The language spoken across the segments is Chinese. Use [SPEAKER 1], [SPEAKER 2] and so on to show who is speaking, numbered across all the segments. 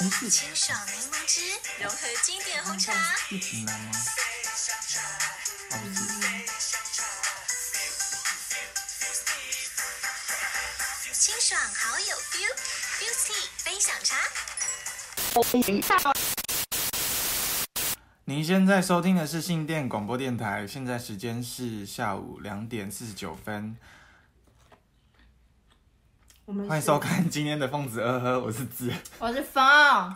[SPEAKER 1] 哎，是
[SPEAKER 2] 清爽柠檬汁融合经典红茶。
[SPEAKER 1] 是平南吗？哦，不是，
[SPEAKER 2] 清爽好友 feel feel tea 分享茶。
[SPEAKER 1] 您现在收听的是信电广播电台，现在时间是下午两点四十九分，
[SPEAKER 3] 我们是
[SPEAKER 1] 欢迎收，看今天的疯子呵呵，我是子。
[SPEAKER 3] 我是方，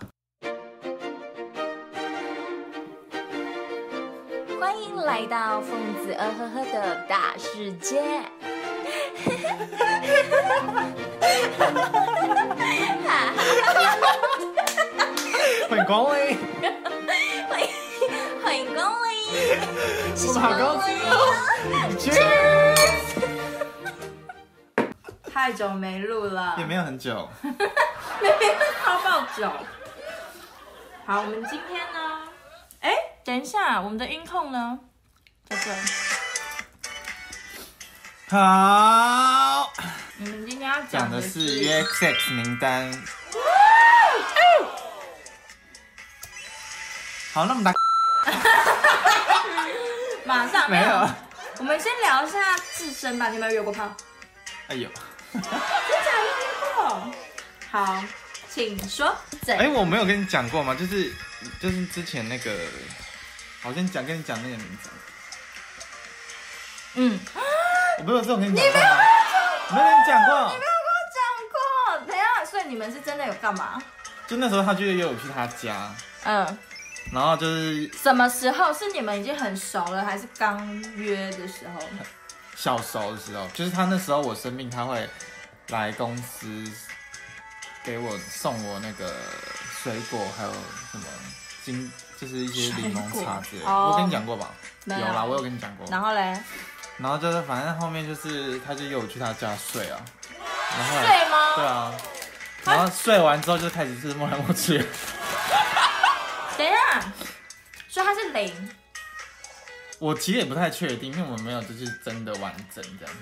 [SPEAKER 4] 欢迎来到疯子呃呵呵的大世界。
[SPEAKER 1] 欢迎光临，
[SPEAKER 4] 欢迎欢迎光临，谢谢
[SPEAKER 1] 我们好高
[SPEAKER 4] 光
[SPEAKER 1] 兴
[SPEAKER 4] 临。
[SPEAKER 1] 哦，Cheers！
[SPEAKER 3] 太久没录了，
[SPEAKER 1] 也没有很久，
[SPEAKER 3] 泡泡酒。好，我们今天呢？哎，等一下，我们的音控呢？在这。
[SPEAKER 1] 好，
[SPEAKER 3] 我们今天要
[SPEAKER 1] 讲
[SPEAKER 3] 讲
[SPEAKER 1] 的是约 sex 名单。好，那我们来
[SPEAKER 3] 马上
[SPEAKER 1] 没有，
[SPEAKER 3] 我们先聊一下自身吧。你有没有约过炮？
[SPEAKER 1] 哎呦，
[SPEAKER 3] 真假的约过？好，请说。
[SPEAKER 1] 哎、我没有跟你讲过吗？就是就是之前那个，好像讲跟你讲那个名字，
[SPEAKER 3] 嗯，
[SPEAKER 1] 我不是有这种跟你讲过吗？我没有跟你讲过，
[SPEAKER 3] 有跟我讲过。等一下，所以你们是真的有干嘛？
[SPEAKER 1] 就那时候他就约我去他家，
[SPEAKER 3] 嗯，
[SPEAKER 1] 然后就是
[SPEAKER 3] 什么时候是你们已经很熟了，还是刚约的时
[SPEAKER 1] 哦
[SPEAKER 3] 候？
[SPEAKER 1] 小熟的时候，就是他那时候我生病，他会来公司给我送我那个水果，还有什么金，就是一些柠檬茶之类的。
[SPEAKER 3] 水果哦
[SPEAKER 1] 我跟你讲过吧？
[SPEAKER 3] 没有
[SPEAKER 1] 啦，我有跟你讲过。
[SPEAKER 3] 然后嘞，
[SPEAKER 1] 然后就是反正后面就是他就约我去他家睡啊，然后后来
[SPEAKER 3] 对吗？
[SPEAKER 1] 对啊，然后睡完之后就开始是摸来摸去，
[SPEAKER 3] 等一下，所以他是零
[SPEAKER 1] 我其实也不太确定，因为我们没有就是真的完整这样，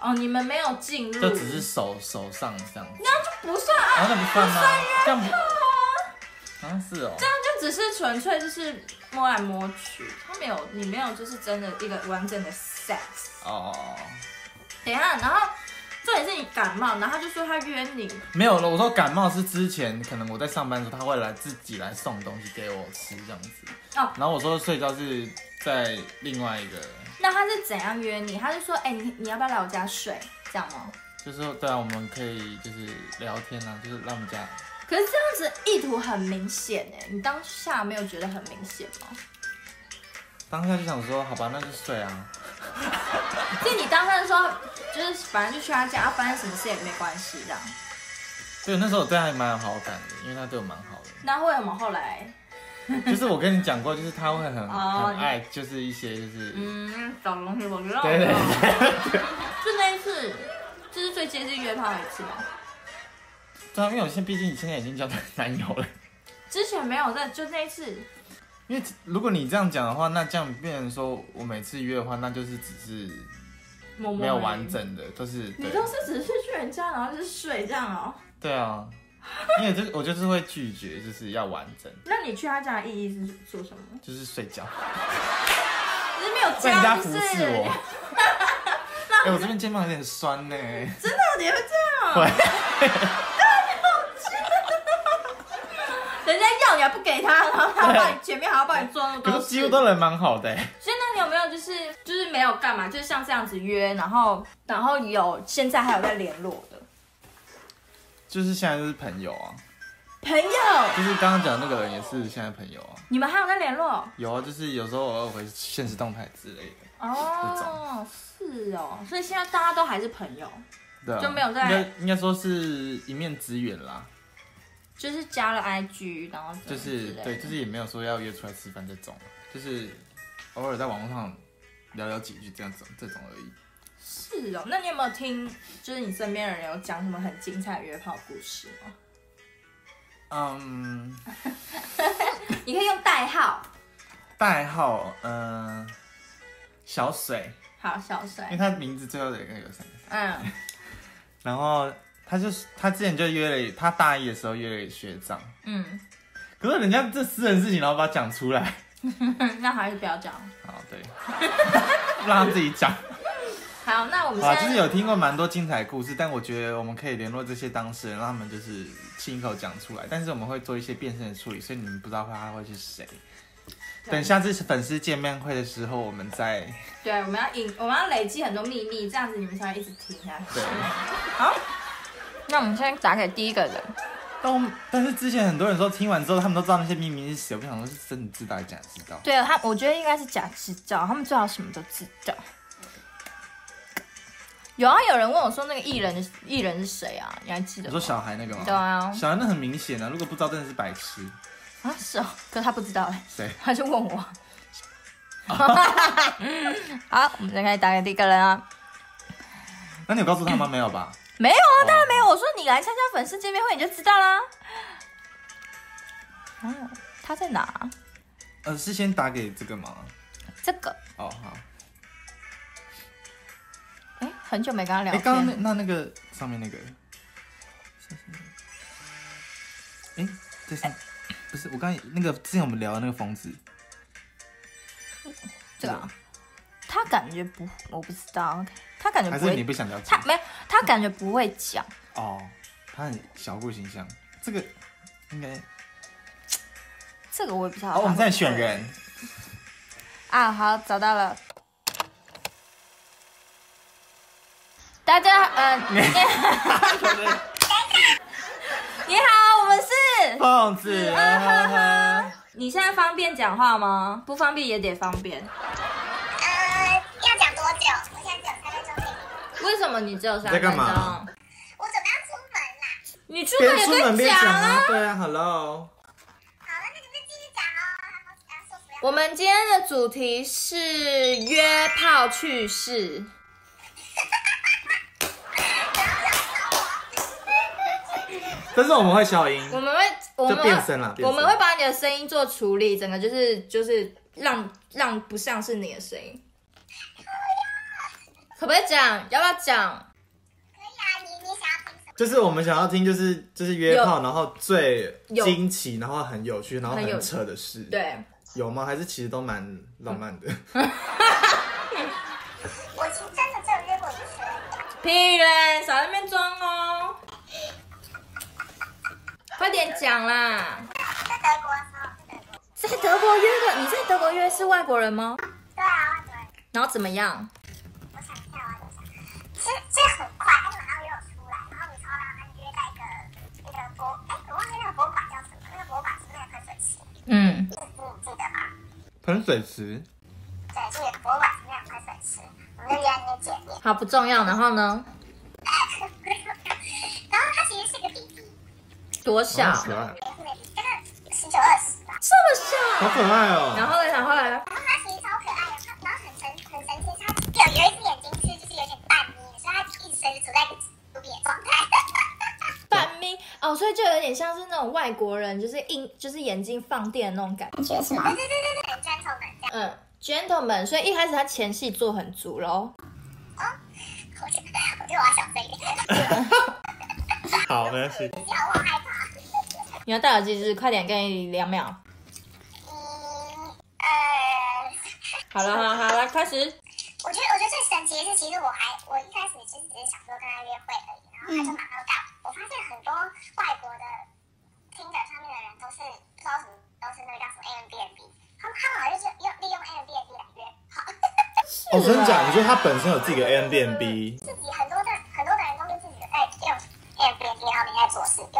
[SPEAKER 3] 哦，你们没有进入，
[SPEAKER 1] 就只是手手上这样子。
[SPEAKER 3] 那就不算啊
[SPEAKER 1] 然后
[SPEAKER 3] 爱
[SPEAKER 1] 那不算吗？这样不好像是哦。
[SPEAKER 3] 这样就只是纯粹就是摸来摸去，他没有，你没有就是真的一个完整的 sex。
[SPEAKER 1] 哦，
[SPEAKER 3] 等一下，然后重点是你感冒，然后他就说他约你，
[SPEAKER 1] 没有了。我说感冒是之前，可能我在上班的时候，他会来自己来送东西给我吃这样子。
[SPEAKER 3] 哦
[SPEAKER 1] 然后我说睡觉是在另外一个，
[SPEAKER 3] 那他是怎样约你？他就说，哎、你你要不要来我家睡？这样吗？
[SPEAKER 1] 就是说对啊，我们可以就是聊天啊，就是让我们家
[SPEAKER 3] 可是这样子意图很明显哎，你当下没有觉得很明显吗？
[SPEAKER 1] 当下就想说，好吧，那就睡啊。
[SPEAKER 3] 所以你当下的时候就是反正就去他家，啊反正什么事也没关系这样。
[SPEAKER 1] 对，那时候我对他还蛮有好感的，因为他对我蛮好的。
[SPEAKER 3] 那为什么后来？
[SPEAKER 1] 就是我跟你讲过，就是他会很
[SPEAKER 3] 哦
[SPEAKER 1] 很爱，就是一些就是，
[SPEAKER 3] 嗯，哦找东西我知道。
[SPEAKER 1] 对对对，对
[SPEAKER 3] 就那一次，就是最接近约炮的一次嘛。
[SPEAKER 1] 对啊，因为我现在毕竟你现在已经交男友了。
[SPEAKER 3] 之前没有在，就那一次。
[SPEAKER 1] 因为如果你这样讲的话，那这样变成说我每次约的话，那就是只是
[SPEAKER 3] 默默
[SPEAKER 1] 没有完。整的，都是
[SPEAKER 3] 你
[SPEAKER 1] 对
[SPEAKER 3] 都是只是去人家，然后就是睡这样哦。
[SPEAKER 1] 对啊。因为这我就是会拒绝，就是要完整，
[SPEAKER 3] 那你去他家的意义是做什么？
[SPEAKER 1] 就是睡觉，
[SPEAKER 3] 只是没有
[SPEAKER 1] 被人家
[SPEAKER 3] 家，
[SPEAKER 1] 服
[SPEAKER 3] 就是
[SPEAKER 1] 侍我。哎、我这边肩膀有点酸呢、
[SPEAKER 3] 真的你会这样？
[SPEAKER 1] 对，
[SPEAKER 3] 人家要你还不给他，然后他帮你前面还要帮你做那么
[SPEAKER 1] 可
[SPEAKER 3] 多
[SPEAKER 1] 是
[SPEAKER 3] 事。
[SPEAKER 1] 几乎都人蛮好的、欸，
[SPEAKER 3] 所以那你有没有就是就是没有干嘛？就是像这样子约，然后然后有现在还有在联络的
[SPEAKER 1] 就是现在就是朋友啊，
[SPEAKER 3] 朋友，
[SPEAKER 1] 就是刚刚讲的那个人也是现在朋友啊，
[SPEAKER 3] 你们还有在联络？
[SPEAKER 1] 有啊，就是有时候偶尔回现实动态之类的，
[SPEAKER 3] 哦，是哦，所以现在大家都还是朋友，
[SPEAKER 1] 对啊，
[SPEAKER 3] 就没有在
[SPEAKER 1] 应该应该说是一面之缘啦，
[SPEAKER 3] 就是加了 IG，然后什么
[SPEAKER 1] 就是
[SPEAKER 3] 之类的
[SPEAKER 1] 对，就是也没有说要约出来吃饭这种，就是偶尔在网络上聊聊几句这样子这种而已。
[SPEAKER 3] 是哦。那你有没有听，就是你身边的人有讲什么很精彩的约炮故事吗？
[SPEAKER 1] 嗯，
[SPEAKER 3] 你可以用代号，
[SPEAKER 1] 代号嗯、呃小水，
[SPEAKER 3] 好，小
[SPEAKER 1] 因为
[SPEAKER 3] 水，
[SPEAKER 1] 嗯他名字最后的那个有三个，
[SPEAKER 3] 嗯，
[SPEAKER 1] 然后他就是他之前就约了，他大一的时候约了一个学长，
[SPEAKER 3] 嗯，
[SPEAKER 1] 可是人家这私人事情，然后把它讲出来，
[SPEAKER 3] 嗯那还是不要讲。
[SPEAKER 1] 好啊对， 让他自己讲。
[SPEAKER 3] 好，那我们
[SPEAKER 1] 啊，
[SPEAKER 3] 现
[SPEAKER 1] 就是
[SPEAKER 3] 在、
[SPEAKER 1] 有听过蛮多精彩的故事，但我觉得我们可以联络这些当事人，让他们就是亲口讲出来。但是我们会做一些变身的处理，所以你们不知道他会是谁。等下次粉丝见面会的时候，我们再
[SPEAKER 3] 对，我们要引，我们要累积很多秘密，这样子你们才会一直听下去。
[SPEAKER 1] 对。
[SPEAKER 5] 那我们先打给第一个人，
[SPEAKER 1] 但我们但是之前很多人说听完之后，他们都知道那些秘密是谁，我不想说是真的知道还是假的知道。
[SPEAKER 5] 对啊他，我觉得应该是假知道，他们最好什么都知道。有啊，有人问我说那个艺人艺人是谁啊？你还记得
[SPEAKER 1] 你
[SPEAKER 5] 吗？
[SPEAKER 1] 说小孩那个吗？
[SPEAKER 5] 对啊
[SPEAKER 1] 小孩那很明显啊，如果不知道真的是白痴。
[SPEAKER 5] 啊是哦，可是他不知道哎，
[SPEAKER 1] 谁？
[SPEAKER 5] 他就问 我。好，我们再开始打给第一个人啊。
[SPEAKER 1] 那你有告诉他吗？没有吧？
[SPEAKER 5] 没有啊，
[SPEAKER 1] 哦
[SPEAKER 5] 当然没有。我说你来参加粉丝见面会你就知道啦。啊，他在哪啊？
[SPEAKER 1] 呃，是先打给这个吗？
[SPEAKER 5] 这个，
[SPEAKER 1] 哦，好。
[SPEAKER 5] 哎，很久没跟他聊
[SPEAKER 1] 哎、
[SPEAKER 5] 天。
[SPEAKER 1] 刚刚那那那个上面那个，哎、这是、不是我刚才那个之前我们聊的那个疯子？
[SPEAKER 5] 这个啊，他感觉不，我不知道，他感觉
[SPEAKER 1] 还
[SPEAKER 5] 不
[SPEAKER 1] 是你
[SPEAKER 5] 会，
[SPEAKER 1] 不想了解
[SPEAKER 5] 他？没有，他感觉不会讲。
[SPEAKER 1] 哦，他很小故形象，这个应该
[SPEAKER 5] 这个我也不知道。
[SPEAKER 1] 哦，我们在选人，
[SPEAKER 5] 啊，好，找到了。大家， 呃，你你好，我们是。
[SPEAKER 1] 疯子，啊哈哈
[SPEAKER 3] 你现在方便讲话吗？不方便也得方便。
[SPEAKER 6] 呃，要讲多久？我现在只有三分钟可以
[SPEAKER 3] 为什么你只有三
[SPEAKER 1] 你在干
[SPEAKER 3] 分钟？
[SPEAKER 1] 嘛
[SPEAKER 6] 我准备要出门啦。
[SPEAKER 3] 你出门也可以讲啊。，
[SPEAKER 1] 对啊，Hello，
[SPEAKER 6] 好了，那你们继续讲哦。然后，然后说服要
[SPEAKER 3] 我们今天的主题是约炮趣事。
[SPEAKER 1] 但是我们会消音，
[SPEAKER 3] 我们会，我
[SPEAKER 1] 就
[SPEAKER 3] 们会
[SPEAKER 1] 变声啦变声
[SPEAKER 3] 我们会把你的声音做处理，整个就是就是让让不像是你的声音。可不可以讲？要不要讲？
[SPEAKER 6] 可以啊，你你想要听什么？
[SPEAKER 7] 就是我们想要听，就是就是约炮，然后最
[SPEAKER 3] 有
[SPEAKER 7] 惊奇，然后很有趣，然后
[SPEAKER 3] 很有
[SPEAKER 7] 很
[SPEAKER 3] 趣
[SPEAKER 7] 扯的事，，
[SPEAKER 3] 对，
[SPEAKER 7] 有吗？还是其实都蛮浪漫 的？
[SPEAKER 6] 我其实真的只有约过一次而已。
[SPEAKER 3] 屁嘞，少在那边装哦！快点讲啦！
[SPEAKER 6] 在德国的时候，在德
[SPEAKER 3] 在
[SPEAKER 6] 国。
[SPEAKER 3] 德国约的，你在德国约是外国人吗？
[SPEAKER 6] 对啊，对。
[SPEAKER 3] 然后怎么样？
[SPEAKER 6] 我想一下，我想一下。其实其实很快，他就马上约我出来，然后你超他约在一个那个博，哎，我忘记那个博物馆叫什么，那个博物馆是那个喷水池，
[SPEAKER 3] 嗯，
[SPEAKER 6] 你你记得吗？
[SPEAKER 1] 喷水池，
[SPEAKER 6] 对，就是有博物馆那样喷水池，我们就约在那边见面。
[SPEAKER 3] 好不重要。然后呢？
[SPEAKER 6] 然后他其实是个弟弟，
[SPEAKER 3] 多小？
[SPEAKER 7] 好可爱，
[SPEAKER 6] 哎，妹弟，真的十九二十吧。
[SPEAKER 3] 这
[SPEAKER 7] 好
[SPEAKER 3] 么小？
[SPEAKER 7] 可爱
[SPEAKER 3] 然
[SPEAKER 7] 哦！
[SPEAKER 3] 后呢？然后呢？
[SPEAKER 6] 然后他其实超可爱的，他然后很神很神奇，他有有一只眼睛是就是有点半眯的，所以他一直处在一个独立的状态。
[SPEAKER 3] 半眯哦，所以就有点像是那种外国人，就是硬，就是眼睛放电的那种感觉。
[SPEAKER 6] 觉是吗？对对对对对，很 gentleman 这样。
[SPEAKER 3] 嗯，gentleman，所以一开始他前戏做很足喽。
[SPEAKER 6] 我觉得我觉得我要小声一点，
[SPEAKER 7] 好，没关系。
[SPEAKER 6] 这样我好害怕。
[SPEAKER 3] 你要戴耳机，就是快点，给你两秒。
[SPEAKER 6] 嗯，呃，
[SPEAKER 3] 好了，好了，好了，开始。
[SPEAKER 6] 我觉得我觉得最神奇的是，其实我还我一开始其实只是想说跟他约会而已，然后他就马上干我。我发现很多外国的 Tinder 上面的人都是不知道什么，都是那个叫什么 Airbnb，他们他们好像就是用利用 Airbnb 来约炮，
[SPEAKER 7] 哦，真的假
[SPEAKER 3] 啊
[SPEAKER 7] 的？你说他本身有自己的 M B N B，
[SPEAKER 6] 自己很多的很多的人都是自己在用 Airbnb，然后你在做事，用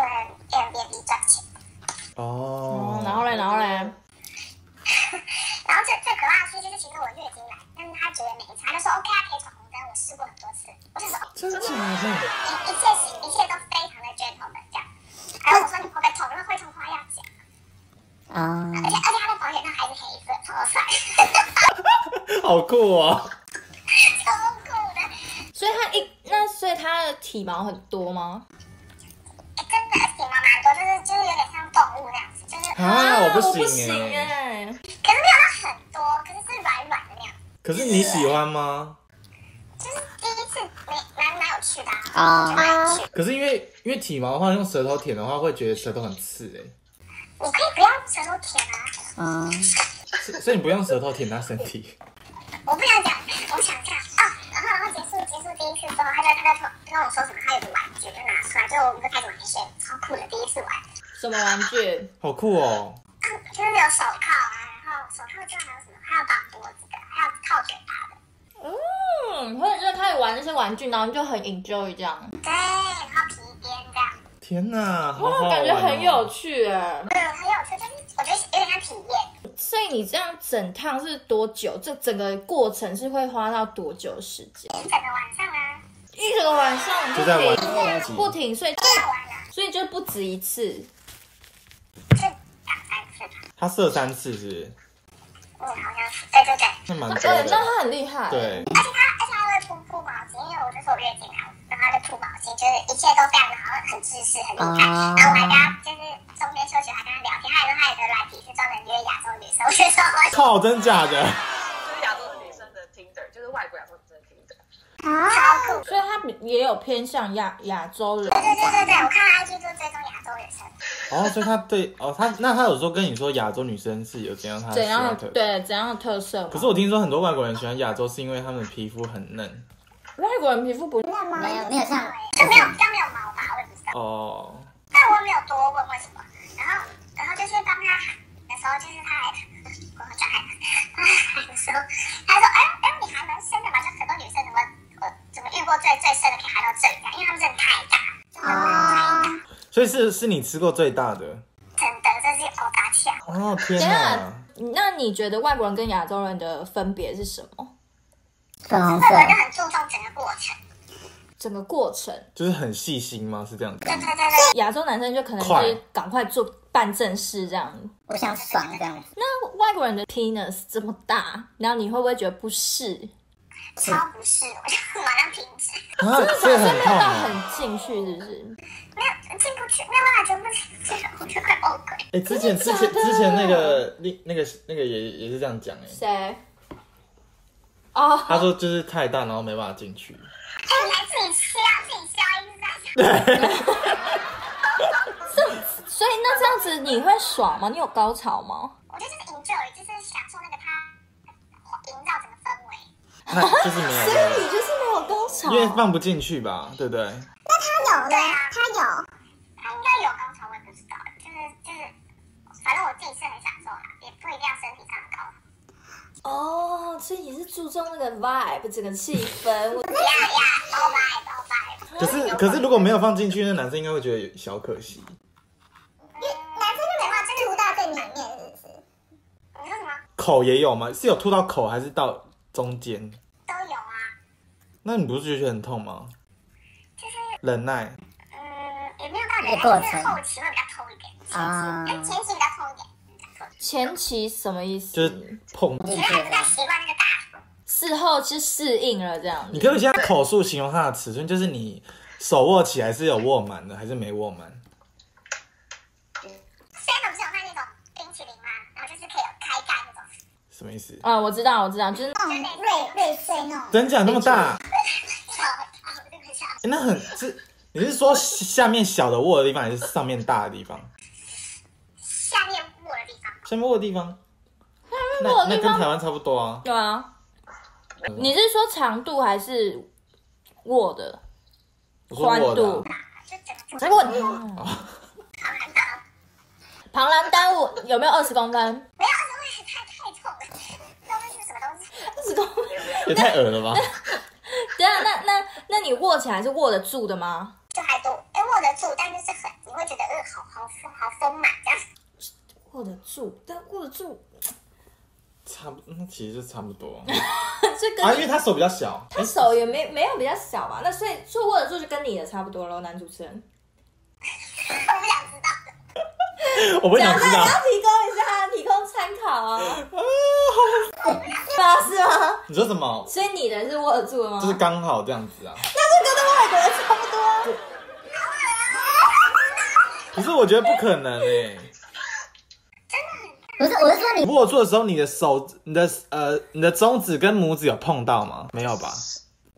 [SPEAKER 6] Airbnb 赚钱。
[SPEAKER 7] 哦，
[SPEAKER 3] 嗯然后嘞，然后嘞，
[SPEAKER 6] 然后最最可怕的事就是，其实我月经来，但是他觉得没差，他就说 OK 啊，可以闯红灯，我试过很多次，我就说哦
[SPEAKER 7] 真的假的？
[SPEAKER 6] 一一切一切都非常的 gentleman 这样。然后我说你会不会痛？那会痛的话要讲。啊！而且而且他的保险套还是黑色，超帅，
[SPEAKER 7] 好酷 哦！
[SPEAKER 6] 超酷的！
[SPEAKER 3] 所以他一那所以他的体毛很多吗？
[SPEAKER 6] 哎，真的体毛蛮多，就是就是有点像动物那样子，就是
[SPEAKER 7] 啊，我不
[SPEAKER 3] 我不
[SPEAKER 7] 行
[SPEAKER 3] 行
[SPEAKER 1] 欸
[SPEAKER 7] 哎。
[SPEAKER 3] 哎、
[SPEAKER 6] 可是没有到很多，可是是软软的那样。
[SPEAKER 7] 可是你喜欢吗？
[SPEAKER 6] 就是第一次没蛮蛮，我有趣的啊，
[SPEAKER 8] 哦
[SPEAKER 6] 就蛮有趣的。
[SPEAKER 1] 可是因为因为体毛的话，用舌头舔的话，会觉得舌头很刺哎、
[SPEAKER 6] 你可以不要舌头舔啊，
[SPEAKER 8] 嗯，
[SPEAKER 1] 所所以你不用舌头舔它身体。
[SPEAKER 6] 我不想讲，我想看啊。然后然后结束结束第一次之后，他就他就说跟我说什么，他有个玩具就拿出来，就我们就开始玩一些超酷的，第一次玩，嗯
[SPEAKER 3] 什么玩具？
[SPEAKER 1] 好酷哦！
[SPEAKER 6] 就是有手铐啊，然后手铐之外还有什么，还有绑脖子的，还有套嘴巴的，
[SPEAKER 3] 嗯，或者就是开始玩那些玩具，然后你就很 enjoy 这样，
[SPEAKER 6] 对，然后皮鞭这样，
[SPEAKER 1] 天哪，好好
[SPEAKER 3] 哦，
[SPEAKER 1] 玩、哦，
[SPEAKER 3] 感觉很有趣哎。
[SPEAKER 6] 嗯，很有趣，就是我觉得有点像体验。
[SPEAKER 3] 所以你这样整趟是多久？这整个过程是会花到多久时间？
[SPEAKER 6] 一整个晚上啊，
[SPEAKER 3] 一整个晚上你
[SPEAKER 1] 就
[SPEAKER 3] 就
[SPEAKER 1] 在
[SPEAKER 3] 可
[SPEAKER 1] 玩
[SPEAKER 3] 以
[SPEAKER 1] 垃圾
[SPEAKER 3] 不停睡，
[SPEAKER 6] 太好玩了，
[SPEAKER 3] 所以就不止一次。
[SPEAKER 6] 是两三次吧，
[SPEAKER 1] 他射三次是不是，
[SPEAKER 6] 嗯，好像是，对对对，
[SPEAKER 1] 那蛮多
[SPEAKER 3] 对，呃那
[SPEAKER 1] 的。
[SPEAKER 3] 他很厉害。，
[SPEAKER 1] 对，
[SPEAKER 6] 而且他而且他会铺铺毛巾，因为我就说我月经来，然后他就铺毛巾，就是一切都非常的好，很自私，很厉害。然后我还跟他就是中间休息还跟他聊天，他还说他有个软体是专门约亚洲女生，我就说我
[SPEAKER 1] 靠，
[SPEAKER 6] 超
[SPEAKER 1] 真假的？
[SPEAKER 9] 就是亚洲女生的 Tinder，就是外国亚洲女生的 Tinder。
[SPEAKER 6] 酷。
[SPEAKER 3] 所以他比也有偏向亚亚洲人
[SPEAKER 6] 对。对对对对，我看他 IG 就追踪亚洲女生，
[SPEAKER 1] 哦，所以他对哦，他那他有时候跟你说亚洲女生啊是有怎样他
[SPEAKER 3] 怎样
[SPEAKER 1] 的
[SPEAKER 3] 的
[SPEAKER 1] 特色？
[SPEAKER 3] 对怎样的特色吗？
[SPEAKER 1] 可是我听说很多外国人喜欢亚洲，是因为他们的皮肤很嫩
[SPEAKER 3] 外国人皮肤不
[SPEAKER 8] 没有没有像
[SPEAKER 6] 就没有比较没有毛吧，我也不知道。
[SPEAKER 1] 哦。
[SPEAKER 6] 但我没有多问为什么。然后，然后就是帮他喊的时候，就是他还我好像还他喊的时候，他说：“哎哎，你还蛮深的嘛，就很多女生怎么我怎么遇过最最深的可以喊到这里啊来，因为他们真的太大，真的太大，
[SPEAKER 1] 所以是是你吃过最大的
[SPEAKER 6] 真的这是欧巴强。
[SPEAKER 1] 哦，天
[SPEAKER 3] 等一
[SPEAKER 1] 哪
[SPEAKER 3] 下！那你觉得外国人跟亚洲人的分别是什么？
[SPEAKER 8] 粉红色
[SPEAKER 6] 所以我就很注重整个过程，
[SPEAKER 3] 整个过程，
[SPEAKER 1] 就是很细心吗？是这样子
[SPEAKER 6] 对？对对对，
[SPEAKER 3] 亚洲男生就可能就
[SPEAKER 1] 快
[SPEAKER 3] 是赶快做办正事这样。
[SPEAKER 8] 我想爽这样子，
[SPEAKER 3] 那外国人的 penis 这么大，然后你会不会觉得不适？
[SPEAKER 6] 超不是，我就马上停止，
[SPEAKER 1] 啊，这
[SPEAKER 3] 所以
[SPEAKER 1] 很
[SPEAKER 3] 没有
[SPEAKER 1] 痛
[SPEAKER 3] 到
[SPEAKER 1] 啊！
[SPEAKER 3] 很进去，是不是？
[SPEAKER 6] 没有进不去，没有办法进不去，我就快崩溃。
[SPEAKER 1] 哎，之前之前
[SPEAKER 3] 真的假的
[SPEAKER 1] 之前那个另那个那个也也是这样讲哎，
[SPEAKER 3] 谁？哦，
[SPEAKER 1] 他说就是太大，然后没办法进 去。
[SPEAKER 6] 哎，你还自己笑，自己笑，一直在笑。
[SPEAKER 3] 所以那这样子你会爽吗？你有高潮吗？
[SPEAKER 6] 我觉得就是 enjoy，就是享受那个他营造整个氛围。
[SPEAKER 1] 那就是没有
[SPEAKER 3] 所
[SPEAKER 1] 办
[SPEAKER 3] 以
[SPEAKER 1] 法，
[SPEAKER 3] 你就是没有高潮
[SPEAKER 1] 因，为放不进去吧，对不对？
[SPEAKER 6] 有的，他有，他应该有高潮，我也不知道，就是就是，反正我自己是很享受啦，也不一定要身体上的高潮。
[SPEAKER 3] 哦，所以你是注重那个 vibe 整个气氛。我
[SPEAKER 6] 呀呀，包白包白，
[SPEAKER 1] 可是可是如果没有放进去，那男生应该会觉得有小可惜。
[SPEAKER 6] 男生就没办法真的到最里面，是不是？你说什么？
[SPEAKER 1] 口也有吗？是有吐到口还是到中间？
[SPEAKER 6] 都有啊，
[SPEAKER 1] 那你不是就觉得很痛吗？
[SPEAKER 6] 就是
[SPEAKER 1] 忍耐，
[SPEAKER 6] 嗯，也没有到
[SPEAKER 8] 那个
[SPEAKER 6] 底，
[SPEAKER 8] 过
[SPEAKER 6] 但
[SPEAKER 8] 程
[SPEAKER 6] 是后期会比较透一点，
[SPEAKER 8] 啊
[SPEAKER 6] 前期前期比较透一点。
[SPEAKER 3] 前期什么意思？
[SPEAKER 1] 就是碰。
[SPEAKER 8] 进
[SPEAKER 6] 因为
[SPEAKER 8] 去
[SPEAKER 6] 还不
[SPEAKER 8] 的
[SPEAKER 6] 太习惯那个大，
[SPEAKER 3] 事后是适应了这样
[SPEAKER 1] 你
[SPEAKER 3] 子。
[SPEAKER 1] 可以现在口述形容它的尺寸，就是你手握起来是有握满的，还是没握满？
[SPEAKER 6] 虽然我不是有卖那种冰淇淋吗？然后就是可以有开盖那种，
[SPEAKER 1] 什么意思？
[SPEAKER 3] 啊、我知道，我知道，就是
[SPEAKER 6] 就是类似那
[SPEAKER 8] 瑞
[SPEAKER 6] 种。
[SPEAKER 8] 穗那种，
[SPEAKER 1] 真假那么大？
[SPEAKER 6] 啊，我对不起啊。
[SPEAKER 1] 诶那很是你是说下面小的握的地方，还是上面大的地方？
[SPEAKER 6] 下面握的地方，
[SPEAKER 1] 下面握的地方？那
[SPEAKER 3] 握的
[SPEAKER 1] 那
[SPEAKER 3] 地
[SPEAKER 1] 跟
[SPEAKER 3] 方
[SPEAKER 1] 台湾差不多啊。
[SPEAKER 3] 对啊。你是说长度还是握的
[SPEAKER 1] 我说
[SPEAKER 3] 宽
[SPEAKER 1] 握的
[SPEAKER 3] 度
[SPEAKER 1] 啊、？
[SPEAKER 6] 就整个
[SPEAKER 3] 结果你啊庞然大物有没有二十公分？
[SPEAKER 6] 没有，因为太太痛了，都是什么东西？
[SPEAKER 3] 二十公分。
[SPEAKER 1] 也太恶了吧！
[SPEAKER 3] 对啊，那那那你握起来是握得住的吗？
[SPEAKER 6] 就还多，哎，握得住，但就是很，你会觉得，嗯，好好丰，好丰满这样。
[SPEAKER 3] 握得住，但握得住，
[SPEAKER 1] 差不，那其实就差不多
[SPEAKER 3] 这跟
[SPEAKER 1] 啊，因为
[SPEAKER 3] 你
[SPEAKER 1] 他手比较小。
[SPEAKER 3] 他手也没没有比较小啊，那所以所以握得住就跟你的差不多喽，男主持人。
[SPEAKER 6] 我不想知道，
[SPEAKER 1] 我不想
[SPEAKER 3] 讲
[SPEAKER 1] 知
[SPEAKER 3] 那你
[SPEAKER 1] 道
[SPEAKER 3] 要。提供一下，提供参考 啊。是吗？是吗？
[SPEAKER 1] 你说什么？
[SPEAKER 3] 所以你的是握得住的吗？
[SPEAKER 1] 就是刚好这样子啊。
[SPEAKER 3] 那就跟那外国人差不多啊。
[SPEAKER 1] 可是我觉得不可能欸
[SPEAKER 8] 不
[SPEAKER 1] 诶、
[SPEAKER 8] 是，我是说你
[SPEAKER 1] 握住的时候，你的手、你的呃、你的中指跟拇指有碰到吗？没有吧？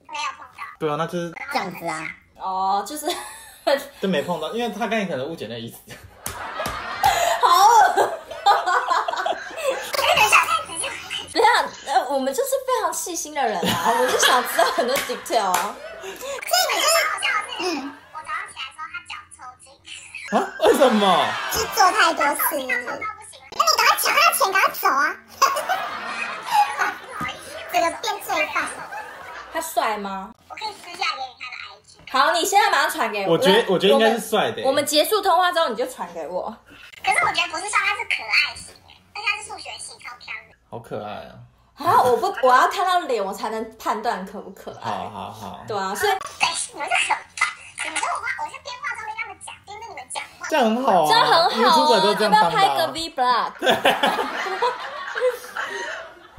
[SPEAKER 6] 没有碰到，
[SPEAKER 1] 对啊，那就是
[SPEAKER 6] 然后
[SPEAKER 8] 样子啊。
[SPEAKER 3] 哦，就是 好
[SPEAKER 1] 就没碰到，因为他刚才可能误解那 意思。
[SPEAKER 3] 恶。
[SPEAKER 6] 等一下，太直接了。
[SPEAKER 3] 等一下，呃，我们就是非常细心的人啊， 我们就想知道很多 detail 啊。
[SPEAKER 6] 好笑的是，我早上起来的时候，他脚抽筋，
[SPEAKER 1] 啊？为什么？
[SPEAKER 8] 就做太多事。
[SPEAKER 6] 他抽到不行了，
[SPEAKER 8] 那你赶快抢他的钱，赶快走啊！
[SPEAKER 6] 不好意思，
[SPEAKER 8] 这个变罪犯，
[SPEAKER 3] 他帅吗？
[SPEAKER 6] 我可以私下给你他的 IG。
[SPEAKER 3] 好，你现在马上传给我。
[SPEAKER 1] 我觉得
[SPEAKER 3] 我
[SPEAKER 1] 我觉得应该是
[SPEAKER 3] 们
[SPEAKER 1] 帅的、
[SPEAKER 3] 我们结束通话之后你就传给我。
[SPEAKER 6] 可是我觉得不是算他是可爱型的，而且他是数学系超漂亮。
[SPEAKER 1] 好可爱啊！
[SPEAKER 3] 啊， 我不，我要看到脸我才能判断可不可爱。
[SPEAKER 1] 好好好，
[SPEAKER 3] 对啊，所以
[SPEAKER 6] 对，你们是很烦。你们跟我话，我是边化妆边跟他们讲，边跟你们讲话。
[SPEAKER 1] 这样很好啊，
[SPEAKER 3] 这样很好
[SPEAKER 1] YouTuber
[SPEAKER 3] 啊，
[SPEAKER 1] 都
[SPEAKER 3] 要
[SPEAKER 1] 这
[SPEAKER 3] 不
[SPEAKER 1] 样
[SPEAKER 3] 要
[SPEAKER 1] 当
[SPEAKER 3] 拍
[SPEAKER 1] 的
[SPEAKER 3] 个
[SPEAKER 1] 啊。
[SPEAKER 3] V blog？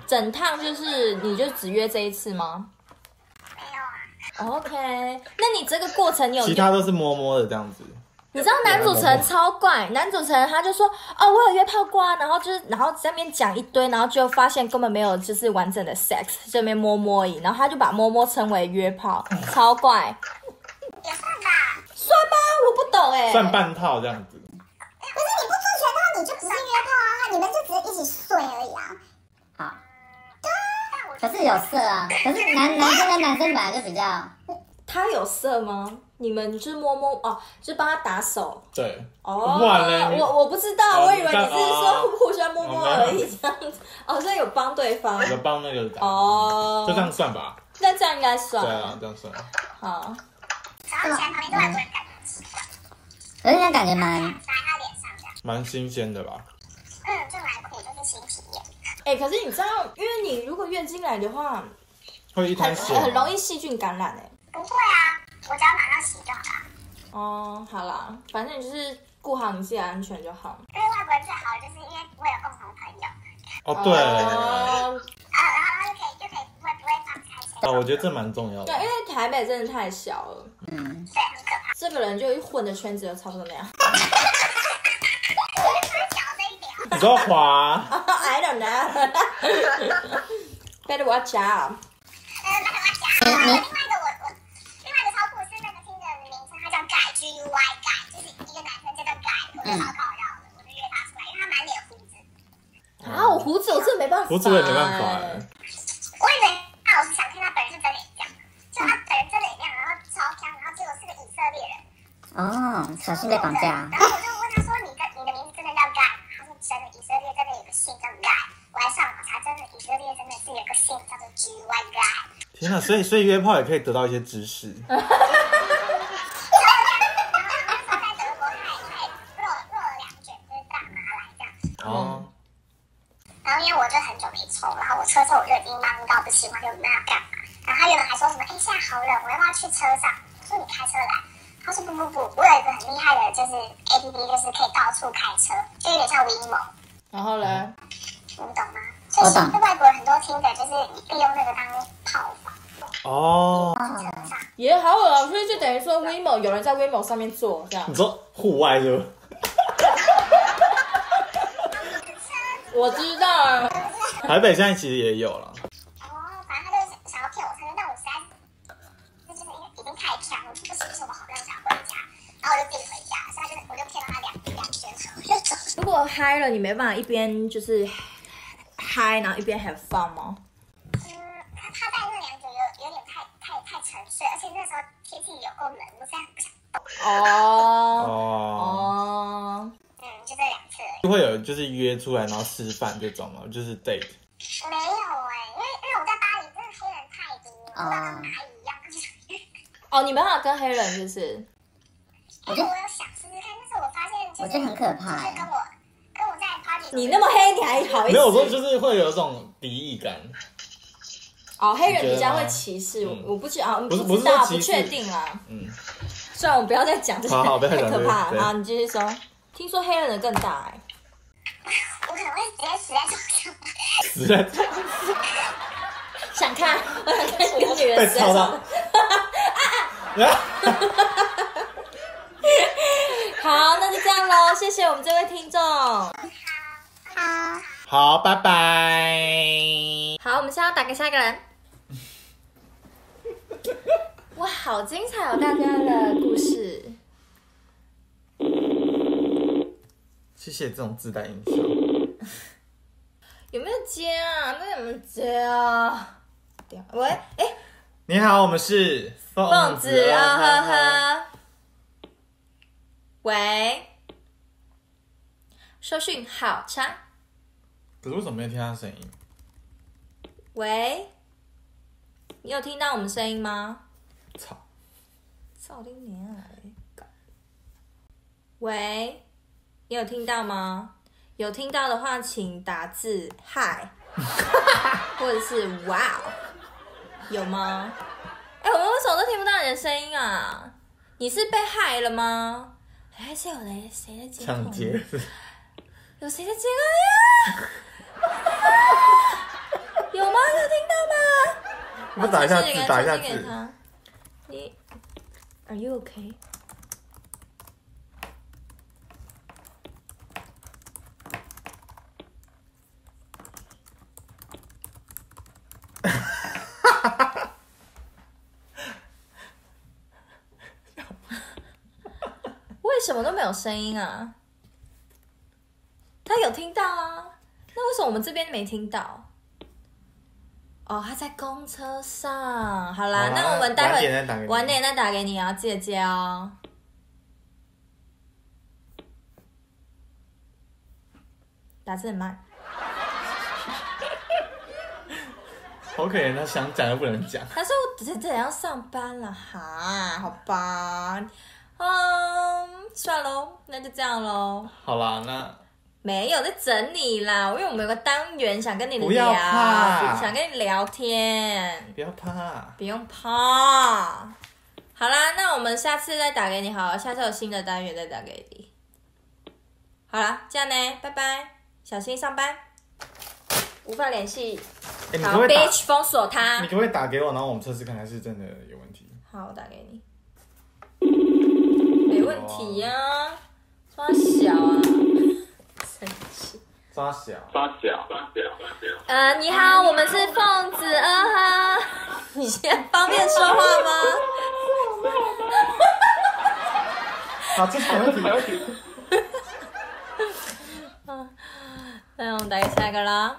[SPEAKER 3] 整趟就是你就只约这一次吗
[SPEAKER 6] 没有啊，
[SPEAKER 3] ？OK，那你这个过程你有
[SPEAKER 1] 其他都是摸摸的这样子，
[SPEAKER 3] 你知道男主持人超怪，男主持人他就说哦，我有约炮过啊，然后就是然后在那边讲一堆，然后就发现根本没有就是完整的 sex，这边摸摸而已，然后他就把摸摸称为约炮，
[SPEAKER 1] 嗯
[SPEAKER 3] 超怪，
[SPEAKER 6] 也算吧。
[SPEAKER 3] 算吗？我不懂哎、
[SPEAKER 1] 算半套这样子。
[SPEAKER 8] 可是你不出拳的话，你就不是约炮啊，你们就只是一起睡而已啊。好，
[SPEAKER 6] 但我
[SPEAKER 8] 可是有色啊，可是男男生跟男生本来就比较，
[SPEAKER 3] 他有色吗？你们就是摸摸哦，就帮他打手，
[SPEAKER 1] 对，
[SPEAKER 3] 哦，
[SPEAKER 1] 哇嘞
[SPEAKER 3] 我我不知道，
[SPEAKER 1] 哦
[SPEAKER 3] 我以为你
[SPEAKER 1] 你看
[SPEAKER 3] 是说
[SPEAKER 1] 哦
[SPEAKER 3] 互相摸摸而已这样子，哦，所以有帮对方，
[SPEAKER 1] 有帮那个打，
[SPEAKER 3] 哦，
[SPEAKER 1] 就这样啊算吧。
[SPEAKER 3] 那这样应该
[SPEAKER 1] 对
[SPEAKER 3] 算，
[SPEAKER 1] 啊，这样算。
[SPEAKER 3] 好，
[SPEAKER 6] 早上起来旁边都有很多人感觉奇怪，
[SPEAKER 8] 可是那感觉蛮
[SPEAKER 6] 打在他脸上这样。
[SPEAKER 1] 蛮新鲜的吧？
[SPEAKER 6] 嗯，就蛮酷，就是新体验。
[SPEAKER 3] 哎、可是你知道，因为你如果月经来的话，
[SPEAKER 1] 会一滩
[SPEAKER 3] 很
[SPEAKER 1] 血，
[SPEAKER 3] 很容易。细菌感染哎、
[SPEAKER 6] 不会啊，我只要马上洗就好了。
[SPEAKER 3] 哦，好啦，反正你就是顾好你自己的安全就好。
[SPEAKER 6] 因为外国人最好的就是因为我有
[SPEAKER 1] 哦，
[SPEAKER 6] 共同朋友，
[SPEAKER 1] 对，
[SPEAKER 3] 哦
[SPEAKER 6] 啊，然后他就可以就可以不会不会放开心，
[SPEAKER 1] 哦，我觉得这蛮重要的
[SPEAKER 3] 对，。因为台北真的太小了，
[SPEAKER 8] 嗯，
[SPEAKER 6] 对，很可怕。
[SPEAKER 3] 这个人就混的圈子就差不多那样。
[SPEAKER 6] 小这一点，
[SPEAKER 1] 你知道滑，
[SPEAKER 3] I don't know 。Better watch out。
[SPEAKER 6] 呃，那个我讲，然后另外一个我我另外一个超酷是那个听的名称，他叫改 G U Y 改，就是一个男生就叫改，我就超搞笑的，我就约他出来，因为他满脸胡子，
[SPEAKER 3] 啊，我胡子我真的没办法、
[SPEAKER 1] 胡子我也没办法哎。
[SPEAKER 6] 我以为啊，我是想看他本人是真脸这样，就他本人真脸这样，然后超香，然后结果是个以色列人。
[SPEAKER 8] 哦，小心被绑架啊。
[SPEAKER 6] 然后我就问他说：“你的你的名字真的叫盖？”他说：“真的，以色列真的有个姓叫盖。”我还上网查，真的以色列真的是有个姓叫做 G Y 盖。
[SPEAKER 1] 天哪，所以所以约炮也可以得到一些知识。
[SPEAKER 6] 然后那时候在德国，他也他也落落了两卷，就是大麻来这样。
[SPEAKER 3] 嗯
[SPEAKER 1] 哦，
[SPEAKER 6] 然后因为我就很久没抽，然后我车上我就已经忙到不行，我就那要干嘛？然后他原本还说什么：“哎，现在好冷，我要不要去车上？”我说：“你开车来。”他说：“不不不，我有一个很厉害的，就是 A P P，就是可以到处开车，就有点像 WeMo。”
[SPEAKER 3] 然后
[SPEAKER 1] 嗯
[SPEAKER 3] 嘞，
[SPEAKER 6] 你懂吗？所以现在外国人很多听的就是利用那个当炮房，
[SPEAKER 1] 哦，
[SPEAKER 3] 也好恶啊，所以就等于说 WeMo 有人在 WeMo 上面做这样
[SPEAKER 1] 你。说户外是不是？
[SPEAKER 3] 我知道啊，
[SPEAKER 1] 台北现在其实也有了。
[SPEAKER 6] 然后反正他就是想要骗我承认，但我实在那就是因为已经太强了，我就不行，不行，我好累，我想回家。然后我就自己回家，所以他就我就骗了他两两圈车，我就走了。
[SPEAKER 3] 如果嗨了，你没办法一边就是嗨，然后一边 have fun 吗？
[SPEAKER 6] 嗯，他他在那两组有有点太太太沉睡，而且那时候天气有够冷，我实在很不想。
[SPEAKER 3] 哦
[SPEAKER 1] 哦，
[SPEAKER 3] 哦，
[SPEAKER 6] 嗯，就这两次而已。
[SPEAKER 1] 就会有就是约出来然后吃饭这种嘛，就是 date。
[SPEAKER 6] 没有哎、因为因为我在巴黎真的黑人太多，我不知道跟蚂蚁一样。
[SPEAKER 3] 哦，你没办法跟黑人是不是？
[SPEAKER 6] 但是我有想试试看，但是我发现就是
[SPEAKER 8] 我觉得很可怕
[SPEAKER 6] 就是跟我跟我在 party
[SPEAKER 3] 你那么黑，你还好意
[SPEAKER 1] 没
[SPEAKER 3] 思？
[SPEAKER 1] 有，我说就是会有一种敌意感。
[SPEAKER 3] 哦，黑
[SPEAKER 1] 你觉
[SPEAKER 3] 人
[SPEAKER 1] 得
[SPEAKER 3] 比较会
[SPEAKER 1] 吗
[SPEAKER 3] 歧视，我
[SPEAKER 1] 嗯
[SPEAKER 3] 我不知啊，
[SPEAKER 1] 不是
[SPEAKER 3] 知道，
[SPEAKER 1] 不是
[SPEAKER 3] 不
[SPEAKER 1] 说歧视
[SPEAKER 3] 确定啦。
[SPEAKER 1] 嗯，
[SPEAKER 3] 虽然我们不要再讲这些，
[SPEAKER 1] 好好不要
[SPEAKER 3] 太
[SPEAKER 1] 再讲
[SPEAKER 3] 可怕
[SPEAKER 1] 这些
[SPEAKER 3] 了。好，你继续说。听说黑人的更大哎、
[SPEAKER 6] 我可能会直接死在床上。
[SPEAKER 1] 实在
[SPEAKER 3] 想看，我想看一个女
[SPEAKER 1] 被
[SPEAKER 3] 人
[SPEAKER 1] 操到。
[SPEAKER 3] 好，那就这样喽，谢谢我们这位听众。
[SPEAKER 1] 好，拜拜。
[SPEAKER 3] 好，我们现在要打给下一个人。哇，好好精彩哦，大家的故事。
[SPEAKER 1] 谢谢这种自带音效。
[SPEAKER 3] 有没有接啊？那有没有接啊？对喂，哎、
[SPEAKER 1] 你好，我们是哦
[SPEAKER 3] 蹦子啊呵
[SPEAKER 1] 啊
[SPEAKER 3] 呵。喂，收讯好差。
[SPEAKER 1] 可是为什么没有听到声音？
[SPEAKER 3] 喂，你有听到我们声音吗？
[SPEAKER 1] 操！
[SPEAKER 3] 操你娘啊！喂，你有听到吗？有听到的话，请打字 嗨，或者是哇哦，有吗？哎、我们为什么都听不到你的声音啊？你是被害了吗？还是有人谁在监控？
[SPEAKER 1] 抢劫！
[SPEAKER 3] 有谁在监控呀？ 有吗？有听到吗？
[SPEAKER 1] 我打一下字
[SPEAKER 3] 我重新给，他
[SPEAKER 1] 打一下
[SPEAKER 3] 重新给
[SPEAKER 1] 字。
[SPEAKER 3] 他。你，Are you okay？为什么都没有声音啊？他有听到啊，那为什么我们这边没听到？哦，他在公车上。好啦，
[SPEAKER 1] 好啦
[SPEAKER 3] 那我们待会
[SPEAKER 1] 晚点再打给你
[SPEAKER 3] 晚点再打给你啊，记得接哦。打字很慢。
[SPEAKER 1] 好可怜，他想讲又不能讲。
[SPEAKER 3] 他说我只是怎样上班了哈，好吧，嗯，算喽，那就这样喽。
[SPEAKER 1] 好啦，那
[SPEAKER 3] 没有在整理啦，因为我们有个单元想跟你
[SPEAKER 1] 不要
[SPEAKER 3] 聊，
[SPEAKER 1] 怕
[SPEAKER 3] 想跟你聊天，
[SPEAKER 1] 不要怕。
[SPEAKER 3] 不用怕。好啦，那我们下次再打给你好了，下次有新的单元再打给你。好啦，这样呢，拜拜，小心上班，无法联系，
[SPEAKER 1] 哎，你可
[SPEAKER 3] 好
[SPEAKER 1] 不可以打？
[SPEAKER 3] ，bitch 封锁他。
[SPEAKER 1] 你可不可以打给我，然后我们测试看他是真的有问题？
[SPEAKER 3] 好，我打给你。没问题呀、啊，抓小啊，生气。
[SPEAKER 1] 抓小。
[SPEAKER 3] 呃，你好，我们是凤子啊哈，你现在方便说话吗？
[SPEAKER 1] 好，这是没问题。
[SPEAKER 3] 那我们打给下一个啦。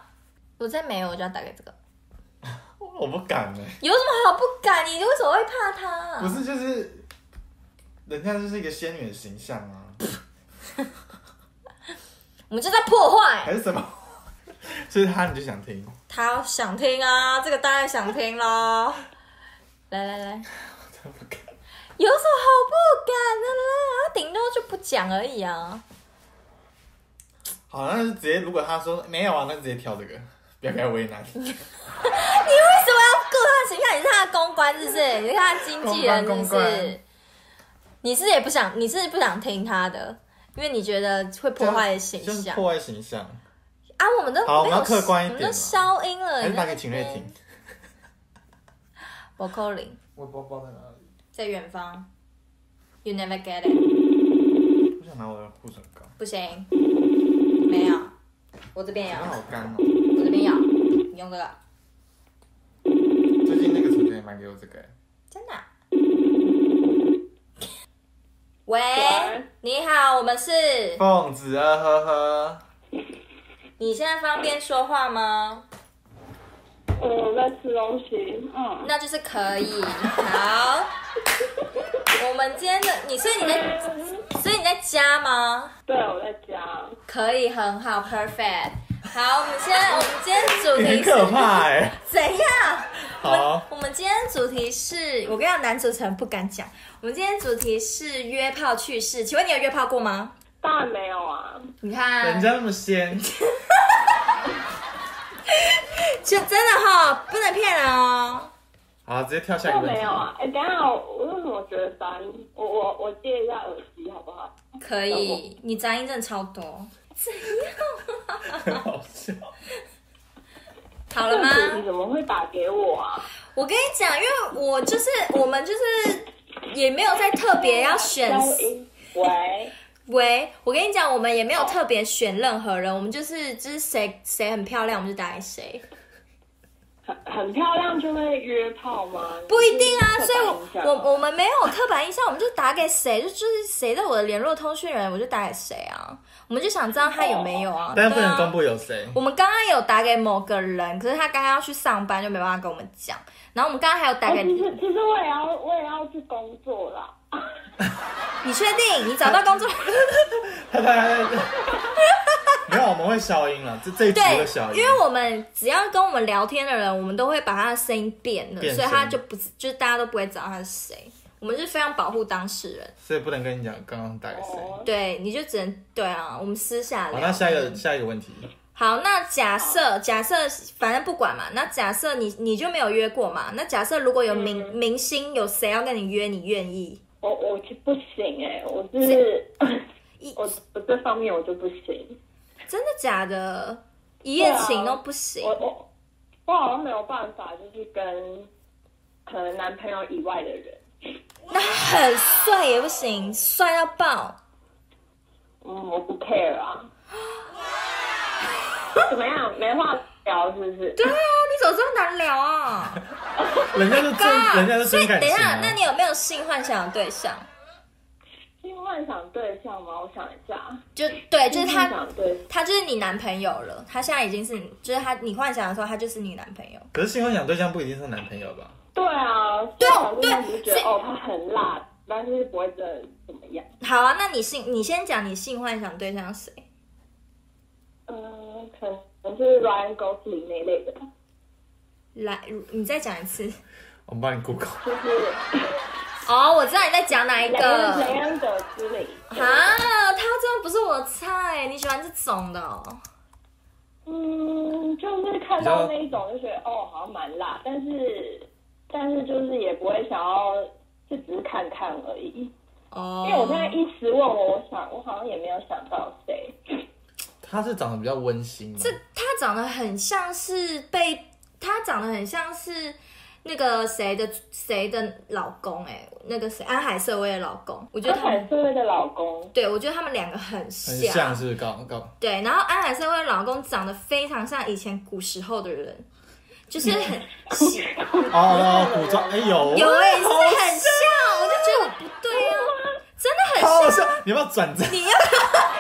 [SPEAKER 3] 我再没有，我就要打给这个。
[SPEAKER 1] 我不敢呢、
[SPEAKER 3] 有什么好不敢？你为什么会怕他、啊？
[SPEAKER 1] 不是就是，人家就是一个仙女的形象啊，
[SPEAKER 3] 我们就在破坏。
[SPEAKER 1] 还是什么？ 就是他你就想听，
[SPEAKER 3] 他想听啊，这个当然想听喽。来来来，
[SPEAKER 1] 真不敢。
[SPEAKER 3] 有什么好不敢的啦？他顶多就不讲而已啊。
[SPEAKER 1] 好，那就直接如果他说没有啊，那就直接挑这个， 不要给他为难。
[SPEAKER 3] 你为什么要顾他形象？你是他的公关是不是？你是他的经纪人是不
[SPEAKER 1] 公关公
[SPEAKER 3] 是
[SPEAKER 1] 关？
[SPEAKER 3] 你是也不想，你是不想听他的，因为你觉得会破坏形
[SPEAKER 1] 就是
[SPEAKER 3] 象
[SPEAKER 1] 破坏形象。
[SPEAKER 3] 啊。我们都
[SPEAKER 1] 好我
[SPEAKER 3] 没有
[SPEAKER 1] 们要客观一点
[SPEAKER 3] 我们都消音了。
[SPEAKER 1] 还是打给
[SPEAKER 3] 你
[SPEAKER 1] 秦瑞婷？
[SPEAKER 3] 我扣零，
[SPEAKER 1] 我包包在哪里？
[SPEAKER 3] 在远方。You never get it，
[SPEAKER 1] 我想拿我的护唇膏，
[SPEAKER 3] 不行，没有，我这边有
[SPEAKER 1] 唇，好干哦。
[SPEAKER 3] 我这边有，你用这个，
[SPEAKER 1] 最近那个同学也买给我这个、欸，
[SPEAKER 3] 真的啊、喂，你好，我们是
[SPEAKER 1] 凤子啊，呵呵。
[SPEAKER 3] 你现在方便说话吗？
[SPEAKER 10] 呃我在吃东西，嗯，
[SPEAKER 3] 那就是可以。好，我们今天的你，所以你在，所以你在家吗？
[SPEAKER 10] 对，我在家。
[SPEAKER 3] 可以，很好，perfect。好，我们现在，我们今天主
[SPEAKER 1] 你
[SPEAKER 3] 题
[SPEAKER 1] 很
[SPEAKER 3] 是
[SPEAKER 1] 可怕哎、
[SPEAKER 3] 怎样？
[SPEAKER 1] 好，
[SPEAKER 3] 我们今天主题是，我跟你讲，男主持人不敢讲。我们今天主题是约炮趣事，请问你有约炮过吗？
[SPEAKER 10] 当然没有啊，
[SPEAKER 3] 你
[SPEAKER 1] 人
[SPEAKER 3] 看，
[SPEAKER 1] 家那么仙，
[SPEAKER 3] 就真的哈、不能骗人哦。
[SPEAKER 1] 好，直接跳下一
[SPEAKER 10] 都
[SPEAKER 1] 个问
[SPEAKER 10] 没
[SPEAKER 1] 题
[SPEAKER 10] 有。啊。哎、等一下，我为什么觉得三？我我我借一下耳机好不好？
[SPEAKER 3] 可以，你杂音真的超多。
[SPEAKER 1] 很 好笑。
[SPEAKER 3] 好了吗？
[SPEAKER 10] 你怎么会打给我啊？
[SPEAKER 3] 我跟你讲，因为我就是我们就是也没有在特别要选。
[SPEAKER 10] 消音。喂，
[SPEAKER 3] 喂，我跟你讲，我们也没有特别选任何人，我们就是就是谁谁很漂亮，我们就打给谁。
[SPEAKER 10] 很很漂亮就会约炮吗？
[SPEAKER 3] 不一定啊，
[SPEAKER 10] 就是
[SPEAKER 3] 所以
[SPEAKER 10] 刻板印象
[SPEAKER 3] 我我我们没有刻板印象，我们就打给谁，就就是谁在我的联络通讯人，我就打给谁啊，我们就想知道他有没有啊，
[SPEAKER 1] 哦但不
[SPEAKER 3] 对
[SPEAKER 1] 能
[SPEAKER 3] 啊
[SPEAKER 1] 公布有谁。
[SPEAKER 3] 我们刚刚有打给某个人，可是他刚刚要去上班，就没办法跟我们讲。然后我们刚刚还有打
[SPEAKER 10] 哎
[SPEAKER 3] 给
[SPEAKER 10] 其实其实我也要我也要去工作啦。
[SPEAKER 3] 你，确定你找 到工作？
[SPEAKER 1] 他
[SPEAKER 3] 啊
[SPEAKER 1] 他他没有，我们会消音了，这这一集
[SPEAKER 3] 对
[SPEAKER 1] 会消，音。
[SPEAKER 3] 因为我们只要跟我们聊天的人，我们都会把他的声音变了，
[SPEAKER 1] 变
[SPEAKER 3] 所以
[SPEAKER 1] 声
[SPEAKER 3] 他就不是，就是大家都不会知道他是谁。我们是非常保护当事人，
[SPEAKER 1] 所以不能跟你讲刚刚打给谁。
[SPEAKER 10] 哦，
[SPEAKER 3] 对，你就只能对啊，我们私下
[SPEAKER 1] 好，
[SPEAKER 3] 聊。
[SPEAKER 1] 那下一个下一个问题，
[SPEAKER 3] 好，那假设假设反正不管嘛，那假设你你就没有约过嘛，那假设如果有明、
[SPEAKER 10] 嗯
[SPEAKER 3] 明星有谁要跟你约，你愿意？
[SPEAKER 10] 我我就不行哎、我是
[SPEAKER 3] 一
[SPEAKER 10] 我我这方面我就不行，
[SPEAKER 3] 真的假的？一夜情
[SPEAKER 10] 对啊
[SPEAKER 3] 都不行
[SPEAKER 10] 我，我我好像没有办法，就是跟可能男朋友以外的人，
[SPEAKER 3] 那很帅也不行，帅到爆。
[SPEAKER 10] 嗯，我不 care 啊。怎么样？没话聊是不是？
[SPEAKER 3] 对啊，你怎么这么难聊啊？
[SPEAKER 1] 人家是真，人家是
[SPEAKER 3] Oh 所以
[SPEAKER 1] 真感
[SPEAKER 3] 等一
[SPEAKER 1] 情
[SPEAKER 3] 下
[SPEAKER 1] 啊，。
[SPEAKER 3] 那你有没有性幻想的对象？
[SPEAKER 10] 新幻想对象吗？我想一下，
[SPEAKER 3] 就对，就是
[SPEAKER 10] 新
[SPEAKER 3] 他，
[SPEAKER 10] 幻想对
[SPEAKER 3] 他就是你男朋友了。他现在已经是，就是他，你幻想的时候，他就是你男朋友。
[SPEAKER 1] 可是新幻想对象不一定是男朋友吧？
[SPEAKER 10] 对啊，
[SPEAKER 3] 对
[SPEAKER 10] 想对象只
[SPEAKER 3] 对
[SPEAKER 10] 是觉得
[SPEAKER 3] 所以
[SPEAKER 10] 哦，他很辣，但是不会真的怎么样。
[SPEAKER 3] 好啊，那你性，你先讲你性幻想对象是谁？
[SPEAKER 10] 嗯，可能是 Ryan Gosling 那类的，
[SPEAKER 3] 来，你再讲一次。
[SPEAKER 1] 我们帮你 Google。
[SPEAKER 10] 就是
[SPEAKER 3] 哦，我知道你在讲哪一
[SPEAKER 10] 雷
[SPEAKER 3] 个。
[SPEAKER 10] 恩雷恩德之类的。
[SPEAKER 3] 啊，他真的不是我的菜，你喜欢这种的、哦？
[SPEAKER 10] 嗯，就是看到那一种就觉得哦，好像蛮辣，但是但是就是也不会想要，就只是看看而已。
[SPEAKER 3] 哦，
[SPEAKER 10] 因为我现在一时问我，我想我好像也没有想到谁。
[SPEAKER 1] 他是长得比较温馨嘛，
[SPEAKER 3] 这他长得很像是被他长得很像是那个谁的谁的老公哎、那个谁安海瑟薇的老公，我觉
[SPEAKER 10] 就
[SPEAKER 3] 得他
[SPEAKER 10] 很
[SPEAKER 3] 们
[SPEAKER 10] 社会的老公，
[SPEAKER 3] 对我觉得他们两个很
[SPEAKER 1] 很
[SPEAKER 3] 像，
[SPEAKER 1] 像是高高，
[SPEAKER 3] 对，然后安海瑟薇的老公长得非常像以前古时候的人，就是很喜
[SPEAKER 1] 哦哦哦，古装，哎有
[SPEAKER 3] 有哎、是很像，我就觉得我不对啊，真的很
[SPEAKER 1] 好
[SPEAKER 3] 像，
[SPEAKER 1] 像，你要不要转正？
[SPEAKER 3] 你要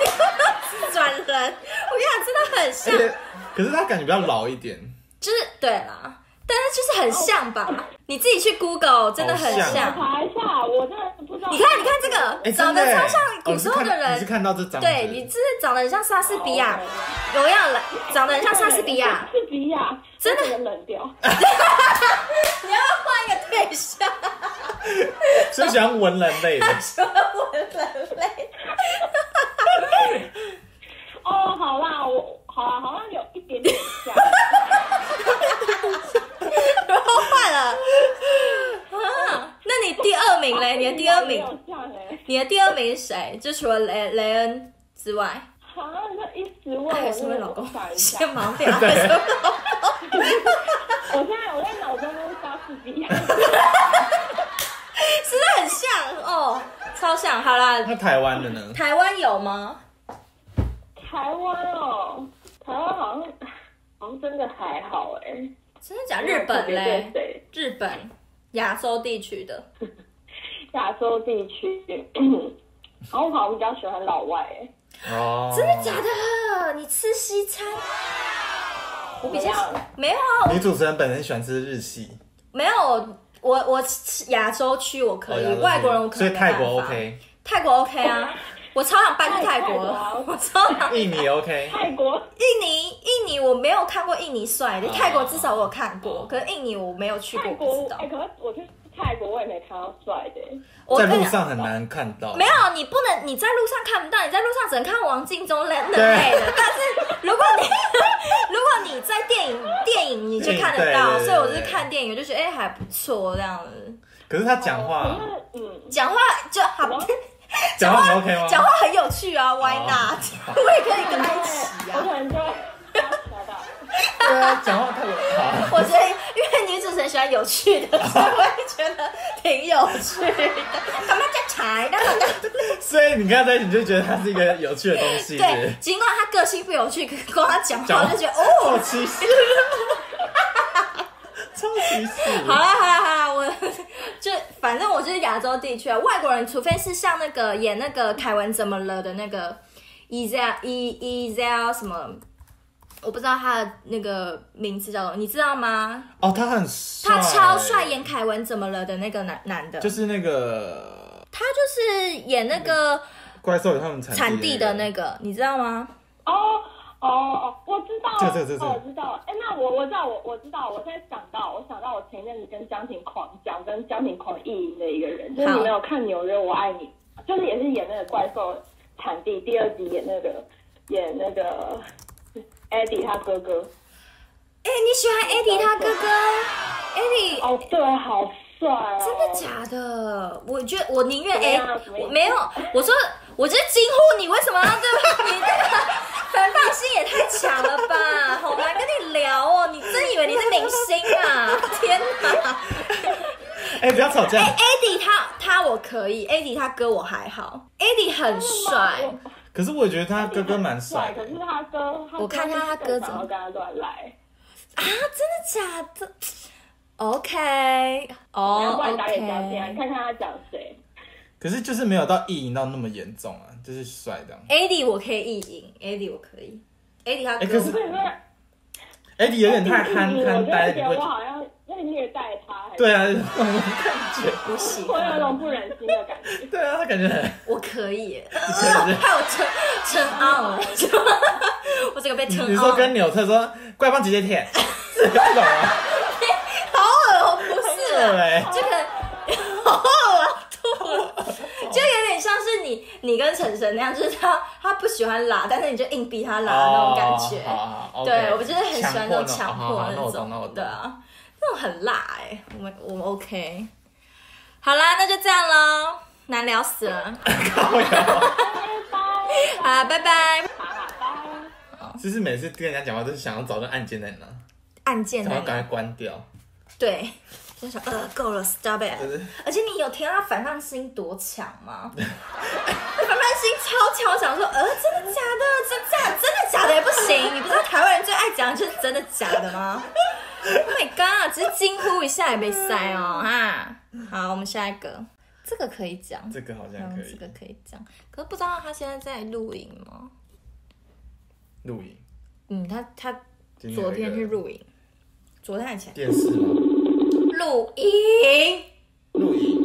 [SPEAKER 3] 你要转人，我跟你讲真的很
[SPEAKER 1] 而
[SPEAKER 3] 像，
[SPEAKER 1] 且，哎可是他感觉比较老一点，
[SPEAKER 3] 就是对啦，但是就是很像吧？你自己去 Google，真的很
[SPEAKER 1] 好
[SPEAKER 3] 像
[SPEAKER 1] 像。
[SPEAKER 10] 查一下，我真的不知道。
[SPEAKER 3] 啊你看，你看这个，
[SPEAKER 1] 哎，
[SPEAKER 3] 长
[SPEAKER 1] 真
[SPEAKER 3] 得
[SPEAKER 1] 的
[SPEAKER 3] 超
[SPEAKER 1] 耶
[SPEAKER 3] 像古时候
[SPEAKER 1] 哦你是
[SPEAKER 3] 的
[SPEAKER 1] 看你是
[SPEAKER 3] 人，
[SPEAKER 1] 看到这张纸，
[SPEAKER 3] 对你这长得很像莎士比亚
[SPEAKER 10] 哦，
[SPEAKER 3] 有样了，长得很像莎士比亚
[SPEAKER 10] 莎。士比亚
[SPEAKER 3] 真的
[SPEAKER 10] 我整个冷掉。
[SPEAKER 3] 你要不要换一个对象，
[SPEAKER 1] 所以喜欢文人 类的，
[SPEAKER 3] 说我人类。
[SPEAKER 10] 哦，好啦，我好啦，好像有一点点 像。
[SPEAKER 3] 然后换了啊？那你第二名嘞？你的第二
[SPEAKER 10] 没有
[SPEAKER 3] 名，
[SPEAKER 10] 像哎、
[SPEAKER 3] 你的第二名是谁？就除了雷雷恩之外，
[SPEAKER 10] 好像那一时问
[SPEAKER 3] 安海
[SPEAKER 10] 我
[SPEAKER 3] 瑟
[SPEAKER 10] 真
[SPEAKER 3] 薇
[SPEAKER 10] 的
[SPEAKER 3] 哎老公
[SPEAKER 10] 想一，下
[SPEAKER 3] 先，忙掉。安海瑟薇 老公
[SPEAKER 10] 我现在我在脑中都是莎士比亚。
[SPEAKER 3] 是不是很像哦？超像。好啦，
[SPEAKER 1] 那台湾的呢？
[SPEAKER 3] 台湾有吗？
[SPEAKER 10] 台湾哦，台湾好像好像真的还好哎、
[SPEAKER 3] 真的假的？日本
[SPEAKER 10] 对
[SPEAKER 3] 嘞？
[SPEAKER 10] 对，
[SPEAKER 3] 日本，亚洲地区的。
[SPEAKER 10] 亚洲地区，然后我好像比较喜欢老外哎、
[SPEAKER 1] 哦，
[SPEAKER 3] 真的假的？你吃西餐？
[SPEAKER 10] 我
[SPEAKER 3] 比较没有啊，
[SPEAKER 1] 哦女主持人本人喜欢吃日系，
[SPEAKER 3] 没有。我我亚洲区我可以，
[SPEAKER 1] 哦亚洲
[SPEAKER 3] 外国人我可
[SPEAKER 1] 所以
[SPEAKER 3] 没
[SPEAKER 1] 泰国
[SPEAKER 3] 办法
[SPEAKER 1] OK，
[SPEAKER 3] 泰国 OK 啊，我超想搬去泰国
[SPEAKER 10] 泰泰
[SPEAKER 3] 的，
[SPEAKER 10] 国
[SPEAKER 3] 我超想。
[SPEAKER 1] 印尼 OK，
[SPEAKER 10] 泰国
[SPEAKER 3] 印尼印尼我没有看过印尼帅的，
[SPEAKER 1] 哦
[SPEAKER 3] 泰国至少我有看过，可是印尼我没有去过，
[SPEAKER 10] 泰
[SPEAKER 3] 不
[SPEAKER 10] 国
[SPEAKER 3] 知道
[SPEAKER 10] 哎、。可是我去泰国我也没看到帅的、欸，
[SPEAKER 3] 我
[SPEAKER 1] 在
[SPEAKER 3] 跟
[SPEAKER 1] 路
[SPEAKER 3] 你讲
[SPEAKER 1] 上很难看到，
[SPEAKER 3] 没有，你不能你在路上看不到，你在路上只能看王劲中人
[SPEAKER 1] 对
[SPEAKER 3] 人类的。但是如果你如果你在电影电影你就看得到，
[SPEAKER 1] 嗯对对对对
[SPEAKER 3] 所以我就是看电影，我就觉得哎、还不错这样子。
[SPEAKER 1] 可是他讲话，
[SPEAKER 3] 哦
[SPEAKER 10] 可是嗯，
[SPEAKER 3] 讲话就好，
[SPEAKER 1] 讲话你 OK 吗？
[SPEAKER 3] 讲话很有趣啊，Why
[SPEAKER 1] 哦
[SPEAKER 3] not？、我也可以跟他一起
[SPEAKER 10] 我
[SPEAKER 3] 啊。
[SPEAKER 10] 可能就会吓到。
[SPEAKER 1] 对啊，讲话泰国好。
[SPEAKER 3] 我觉得，因为女主持人喜欢有趣的，所以我也觉得挺有趣的。他们在柴的，
[SPEAKER 1] 所以你跟他在一起，你就觉得他是一个有趣的东西，是不
[SPEAKER 3] 对
[SPEAKER 1] 是，
[SPEAKER 3] 尽管他个性不有趣，可是光他讲话
[SPEAKER 1] 讲
[SPEAKER 3] 我
[SPEAKER 1] 话
[SPEAKER 3] 就觉得哦，
[SPEAKER 1] 好歧视。
[SPEAKER 11] 超级数。
[SPEAKER 3] 好啦好啦好啦，我就反正我就是亚洲地区啊，外国人除非是像那个演那个凯文怎么了的那个 e z l E e z l 什么，我不知道他的那个名字叫什么，你知道吗？
[SPEAKER 1] 哦，他很帅，
[SPEAKER 3] 他超帅，演凯文怎么了的那个男男的，
[SPEAKER 1] 就是那个
[SPEAKER 3] 他就是演那个
[SPEAKER 1] 怪兽与他们产
[SPEAKER 3] 产地的
[SPEAKER 1] 人
[SPEAKER 3] 那个，你知道吗？
[SPEAKER 10] 哦哦哦，我知道了，
[SPEAKER 1] 这个这个这个
[SPEAKER 10] 哦我知道了。哎，那我我知道，我我知道，我在想到，我想到我前阵子跟江婷狂讲，跟江婷狂意淫的一个人，就是
[SPEAKER 3] 好
[SPEAKER 10] 你没有看《纽约我爱你》，就是也是演那个怪兽产地第二集演那个演那个 Eddie 他哥哥。
[SPEAKER 3] 哎、你喜欢 Eddie 他哥哥？Eddie
[SPEAKER 10] 哦，对，好帅哦！啊
[SPEAKER 3] 真的假的？我觉得我宁愿
[SPEAKER 10] 怎么
[SPEAKER 3] 哎
[SPEAKER 10] 样怎么，样
[SPEAKER 3] 我没有，我说我就是惊呼你，为什么要 对你那个反抗性也太强了 吧？好难跟你聊哦，你真以为你是明星啊？ 天哪！
[SPEAKER 1] 哎、不要吵架。
[SPEAKER 3] 哎、e d d i e 他他我可以，Eddie 他哥我还好，Eddie 很帅，
[SPEAKER 1] 可是我觉得他哥哥蛮帅
[SPEAKER 10] 帅，
[SPEAKER 1] 的
[SPEAKER 10] 可是，他哥，他哥
[SPEAKER 3] 我看看他哥
[SPEAKER 10] 更
[SPEAKER 3] 怎
[SPEAKER 10] 想
[SPEAKER 3] 么
[SPEAKER 10] 要跟他乱来，
[SPEAKER 3] 真的假的？OK，哦、
[SPEAKER 10] 要不
[SPEAKER 3] o
[SPEAKER 10] 然打给江婷啊，你
[SPEAKER 3] k
[SPEAKER 10] 看看他讲谁。
[SPEAKER 1] 可是就是没有到意淫到那么严重啊，就是帅这样。
[SPEAKER 3] e d d i e 我可以意淫，Eddie 我可以，Eddie 他哥、
[SPEAKER 1] 哎可是
[SPEAKER 10] 对不对？
[SPEAKER 1] 艾哎迪有点太憨憨呆，你
[SPEAKER 10] 我觉得
[SPEAKER 1] 会
[SPEAKER 10] 我好像在虐待他，还是
[SPEAKER 1] 对啊，我感觉
[SPEAKER 3] 不喜
[SPEAKER 10] 我有一
[SPEAKER 3] 欢。
[SPEAKER 10] 种不忍心的感觉。
[SPEAKER 1] 对啊，他感觉很
[SPEAKER 3] 我可以，
[SPEAKER 1] 可以
[SPEAKER 3] 害我成成 on 了，就我整个被成 on。
[SPEAKER 1] 你说跟纽特说怪帮姐姐舔，这个不懂啊？
[SPEAKER 3] 好恶哦，不是
[SPEAKER 1] 对
[SPEAKER 3] 啦，
[SPEAKER 1] 欸，
[SPEAKER 3] 这个 好恶啊，吐了，就有点像是你你跟晨晨那样，就是他他不喜欢拉，但是你就硬逼他拉的那种感
[SPEAKER 1] 哦好
[SPEAKER 3] 觉。
[SPEAKER 1] 好好
[SPEAKER 3] 对
[SPEAKER 1] OK
[SPEAKER 3] 我就是很喜欢那种强
[SPEAKER 1] 哦好
[SPEAKER 3] 迫
[SPEAKER 1] 好那
[SPEAKER 3] 那
[SPEAKER 1] 我懂，那我
[SPEAKER 3] 种，
[SPEAKER 1] 懂
[SPEAKER 3] 对。啊，那种很辣哎，我们我们 OK。好啦，那就这样喽，难聊死了。好啦，拜拜。
[SPEAKER 1] 就是每次跟人家讲话都是想要找个按键在哪，
[SPEAKER 3] 按键
[SPEAKER 1] 然
[SPEAKER 3] 难
[SPEAKER 1] 后
[SPEAKER 3] 聊
[SPEAKER 1] 赶快关掉。
[SPEAKER 3] 对，就想呃够了，stop it
[SPEAKER 1] 对对。
[SPEAKER 3] 而且你有听到反抗心多强吗？反抗心超强，我想说呃真的假的？真假真的假的也不行，你不知道台湾人最爱讲的就是真的假的吗？Oh my god！只是惊呼一下也没塞哦哈。好，我们下一个，这个可以讲，
[SPEAKER 1] 这个好像
[SPEAKER 3] 嗯
[SPEAKER 1] 可，
[SPEAKER 3] 这
[SPEAKER 1] 以
[SPEAKER 3] 个可以讲，可是不知道他现在在录影吗？
[SPEAKER 1] 录影。
[SPEAKER 3] 嗯，他他
[SPEAKER 1] 今有
[SPEAKER 3] 昨
[SPEAKER 1] 一
[SPEAKER 3] 天
[SPEAKER 1] 个
[SPEAKER 3] 去录影，昨天还前
[SPEAKER 1] 电视吗？
[SPEAKER 3] 录影。
[SPEAKER 1] 录影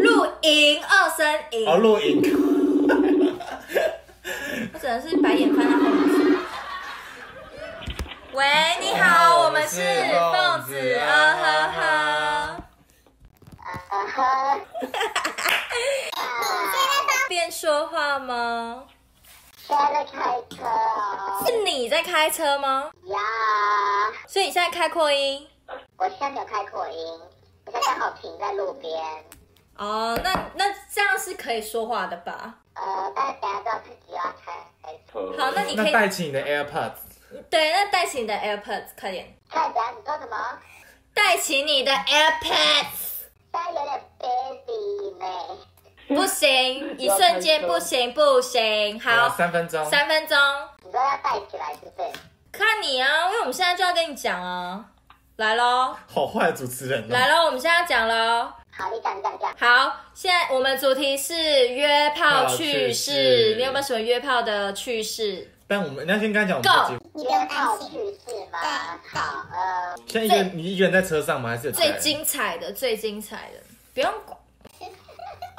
[SPEAKER 3] 录影二声影，
[SPEAKER 1] 哦，录影。
[SPEAKER 3] 我只能是白眼翻到后面去。喂，你好，我们是
[SPEAKER 1] 我
[SPEAKER 3] 凤
[SPEAKER 1] 们是凤子
[SPEAKER 3] 子啊
[SPEAKER 1] 啊
[SPEAKER 3] 呵
[SPEAKER 1] 呵
[SPEAKER 3] 呵
[SPEAKER 1] 呵。
[SPEAKER 6] 啊
[SPEAKER 3] 边说话吗？
[SPEAKER 6] 现在在开车哦。
[SPEAKER 3] 是你在开车吗？
[SPEAKER 6] 呀，
[SPEAKER 3] 所以你现在开扩音
[SPEAKER 6] 哎我现在没有开扩音，我现在刚好停在路边。
[SPEAKER 3] 哦，那那这样是可以说话的吧？
[SPEAKER 6] 呃，但是等下知道自己要开开车。
[SPEAKER 3] 好，那你可
[SPEAKER 1] 那
[SPEAKER 3] 以
[SPEAKER 1] 带起你的 AirPods。
[SPEAKER 3] 对，那带起你的 AirPods，快点，
[SPEAKER 6] 看等下你说什么？
[SPEAKER 3] 带起你的 AirPods，
[SPEAKER 6] 现在有点 busy 呢。
[SPEAKER 3] 不行，一瞬间不行不行，
[SPEAKER 1] 啊
[SPEAKER 3] 好，
[SPEAKER 1] 三分钟。
[SPEAKER 3] 三分钟。
[SPEAKER 6] 你说要带起来是不是？
[SPEAKER 3] 看你啊，因为我们现在就要跟你讲啊，来喽，
[SPEAKER 1] 好坏的主持人哦。
[SPEAKER 3] 来喽，我们现在要讲喽。
[SPEAKER 6] 好，你讲你讲你讲。
[SPEAKER 3] 好，现在我们主题是约炮趣
[SPEAKER 1] 趣
[SPEAKER 3] 事
[SPEAKER 1] 事，
[SPEAKER 3] 你有没有什么约炮的趣事？
[SPEAKER 1] 但我们你要先跟他讲我们自己。
[SPEAKER 8] 你不
[SPEAKER 6] 约
[SPEAKER 8] 用担
[SPEAKER 6] 炮
[SPEAKER 8] 心。
[SPEAKER 6] 去是吗？好，呃，
[SPEAKER 1] 现在一个人你一个人在车上吗？还是有
[SPEAKER 3] 最
[SPEAKER 1] 人
[SPEAKER 3] 精彩的，最精彩的，不用管。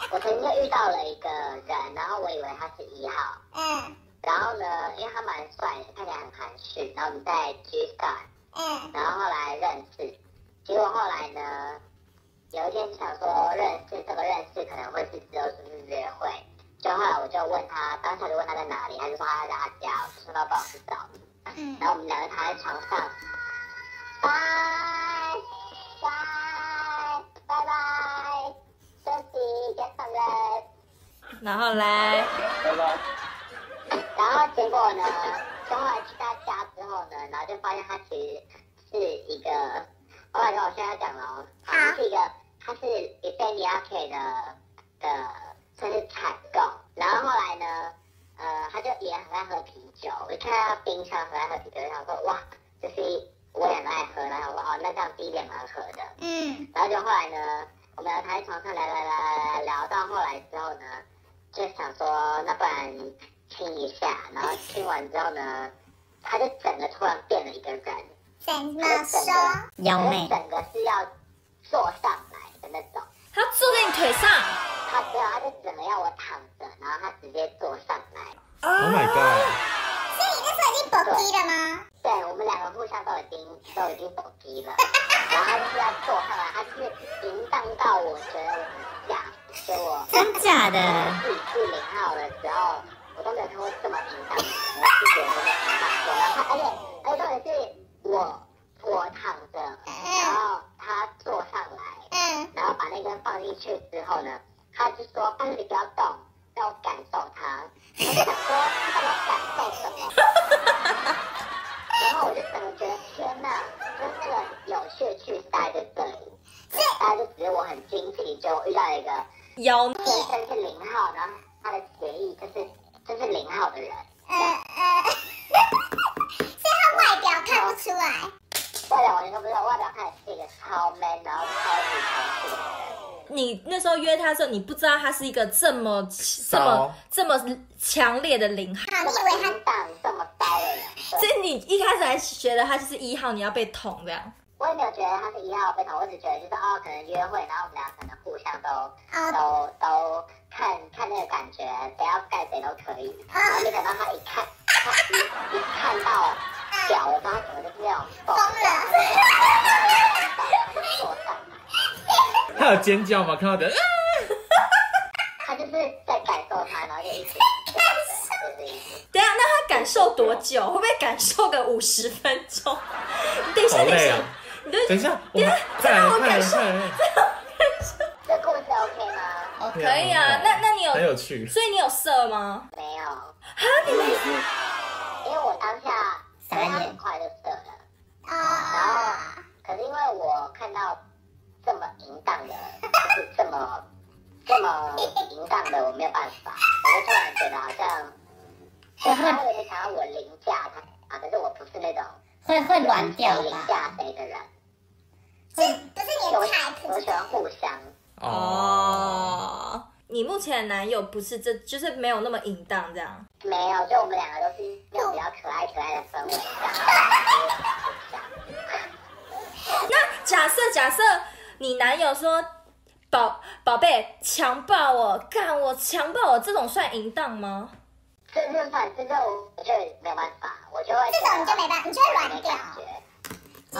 [SPEAKER 6] 我曾经遇到了一个人，然后我以为他是一号，
[SPEAKER 8] 嗯
[SPEAKER 6] 然后呢，因为他蛮帅的，看起来很含蓄，然后我们在 G Star，
[SPEAKER 8] 嗯
[SPEAKER 6] 然后后来认识，结果后来呢，有一天想说认识这个认识可能会是只有只是约会，就后来我就问他，当下就问他在哪里，他就说他在他家，我就说那不好去找你，
[SPEAKER 8] 嗯，
[SPEAKER 6] 然后我们两个躺在床上，拜拜拜拜，休息，别上人。
[SPEAKER 3] 然后来，
[SPEAKER 6] 然后结果呢，就后来去他家之后呢，然后就发现他其实是一个，我来跟我现在讲了，他是一个，他是 i t a l i a k 的的，算是采购。然后后来呢，呃，他就也很爱喝啤酒，我一看他冰箱很爱喝啤酒，我想说哇，这是一
[SPEAKER 12] 我也蛮爱喝，然后我哦，那这样第一点蛮合的。
[SPEAKER 8] 嗯，
[SPEAKER 12] 然后就后来呢，我们还在床上聊聊聊聊聊到后来之后呢，就想说那不然亲一下，然后亲完之后呢，他就整个突然变了一个人，
[SPEAKER 8] 怎么说？
[SPEAKER 12] 他
[SPEAKER 2] 妖
[SPEAKER 12] 就整个是要坐上来的那种，
[SPEAKER 3] 他坐在你腿上，
[SPEAKER 12] 他没有，他就整个要我躺着，然后他直接坐上来。
[SPEAKER 3] 啊
[SPEAKER 1] Oh my god！
[SPEAKER 8] 所以你那时候已经蹦迪了吗？
[SPEAKER 12] 对我们两个互相都已经都已经走低了，然后他就是要坐上来，他是淫荡到我觉得我很吓死，所以我
[SPEAKER 2] 真假的？
[SPEAKER 12] 自己去零号的时候，我都没有看过这么淫荡的人，我是觉得有点淫荡过。然后而且而且重点是我我躺着，
[SPEAKER 6] 嗯
[SPEAKER 12] 然后他坐上来，
[SPEAKER 8] 嗯，
[SPEAKER 12] 然后把那根放进去之后呢，他就说：“但是你不要动，让我感受它。”我就想说，让我感受什么？然后我就整个觉得天哪，就是那个有趣的趣事大概就这里。大概就只是我很惊奇，就遇到一个
[SPEAKER 3] 妖
[SPEAKER 12] 天生是零号，然后他的协议就是就是零号的人，
[SPEAKER 8] 呃呃，所以他外表看不出来。
[SPEAKER 12] 外表完全都不知道，外表看起来是一个超 man，然后超级超酷的人。
[SPEAKER 3] 你那时候约他的时候，你不知道他是一个这么这
[SPEAKER 1] 骚
[SPEAKER 3] 么这么强烈的零号，
[SPEAKER 8] 好，你
[SPEAKER 12] 这
[SPEAKER 8] 以
[SPEAKER 12] 么
[SPEAKER 8] 为他
[SPEAKER 12] 淫荡，这么骚的人，对
[SPEAKER 3] 所以你一开始还觉得他就是一号，你要被捅这样。
[SPEAKER 12] 我也没有觉得他是一号非常，我只觉得就是哦，可能约会，然后我们俩可能互相都、
[SPEAKER 8] 哦
[SPEAKER 12] 都都看看那个感觉，谁要干谁都可以。然后没想到他一看，他一一看到屌的时候，他整个就是那种疯
[SPEAKER 8] 疯了？
[SPEAKER 12] 他就坐上来，
[SPEAKER 1] 他有尖叫吗？看到的，呃
[SPEAKER 12] 他就是在感受他，然后就一直就是一直
[SPEAKER 3] 等一下，啊那他感受多久？会不会感受个五十分钟？等一下，
[SPEAKER 1] 好
[SPEAKER 3] 等一
[SPEAKER 1] 累
[SPEAKER 3] 下
[SPEAKER 1] 啊，
[SPEAKER 3] 你就
[SPEAKER 1] 等一下，我们再来
[SPEAKER 3] 啊我
[SPEAKER 1] 看
[SPEAKER 3] 感
[SPEAKER 1] 来
[SPEAKER 3] 受
[SPEAKER 1] 看来，
[SPEAKER 12] 这故事 OK 吗？
[SPEAKER 3] 哦，可
[SPEAKER 1] 对啊
[SPEAKER 3] 以
[SPEAKER 1] 很
[SPEAKER 3] 啊
[SPEAKER 1] 好。
[SPEAKER 3] 那那你有
[SPEAKER 1] 很有趣。
[SPEAKER 3] 所以你有射吗？
[SPEAKER 12] 没有。啊，你们？因为我当下，因为他很快就射了。然
[SPEAKER 8] 哦，
[SPEAKER 12] 后，可是因为我看到这么淫荡的，就是这么这么淫荡的，我没有办法，我就突然觉得好像，就他会有点想要我凌驾他啊，可是我不是那种
[SPEAKER 2] 会会
[SPEAKER 12] 软掉凌驾谁的人，
[SPEAKER 8] 这不是你
[SPEAKER 12] 就我
[SPEAKER 8] 的 type，
[SPEAKER 12] 我喜欢互相，
[SPEAKER 1] 哦，
[SPEAKER 3] 哦，你目前的男友不是这，就是没有那么淫荡这样。
[SPEAKER 12] 没有，就我们两个都是那种比较可爱可爱的氛围，这样。
[SPEAKER 3] 那假设假设你男友说。宝宝贝，强暴我，干我，强暴我，这种算淫荡吗？
[SPEAKER 12] 这就算这就我就没有办法，我就会
[SPEAKER 8] 这种你就没办法，你就会软
[SPEAKER 12] 没
[SPEAKER 8] 掉
[SPEAKER 12] 感。觉。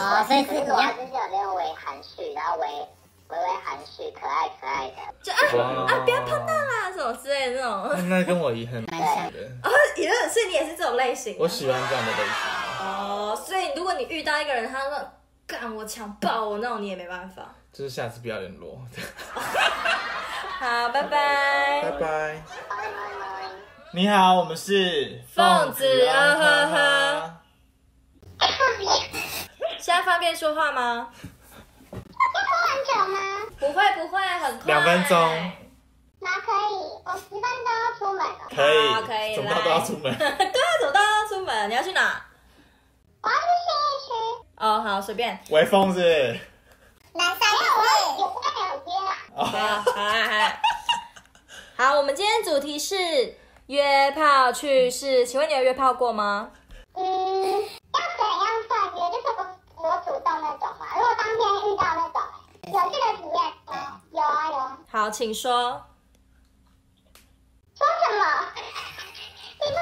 [SPEAKER 2] 哦，所以是
[SPEAKER 12] 可是
[SPEAKER 2] 你
[SPEAKER 12] 我还
[SPEAKER 2] 要
[SPEAKER 12] 是有那种微含蓄，然后微微微含蓄，可爱可爱的。
[SPEAKER 3] 就啊啊，不要碰到啦，什么之类的那种。
[SPEAKER 1] 那跟我也很
[SPEAKER 2] 蛮像
[SPEAKER 1] 的，
[SPEAKER 3] 哦，也是，所以你也是这种类型的。
[SPEAKER 1] 我喜欢这样的类型，
[SPEAKER 3] 哦，所以如果你遇到一个人，他说干我强暴我那种，你也没办法。
[SPEAKER 1] 就是下次不要联 络，
[SPEAKER 3] 好，拜拜。
[SPEAKER 1] 拜。
[SPEAKER 12] 拜拜。
[SPEAKER 1] 你好，我们是
[SPEAKER 3] 奉子啊呵呵。现在方便说话吗？
[SPEAKER 8] 很久吗？
[SPEAKER 3] 不会，不会，很快。
[SPEAKER 1] 两分钟。
[SPEAKER 8] 那可以，我十分钟要出门了。
[SPEAKER 1] 可
[SPEAKER 3] 好
[SPEAKER 1] 以，
[SPEAKER 3] 可以
[SPEAKER 1] 怎么到都要出门。
[SPEAKER 3] 对啊，走到要出门，你要去哪？
[SPEAKER 8] 我要去新一区。
[SPEAKER 3] 哦，好，随便。
[SPEAKER 1] 微风是不是
[SPEAKER 8] 南山路。
[SPEAKER 12] 我在耳边啊。
[SPEAKER 3] 好，好啊， 好。好，我们今天主题是约炮趣事，请问你有约炮过吗？
[SPEAKER 12] 嗯，要怎样算约？就是我我主动那种嘛。如果当天遇到那种有这个体验，有啊有。
[SPEAKER 3] 好，请说。
[SPEAKER 12] 说什么？你都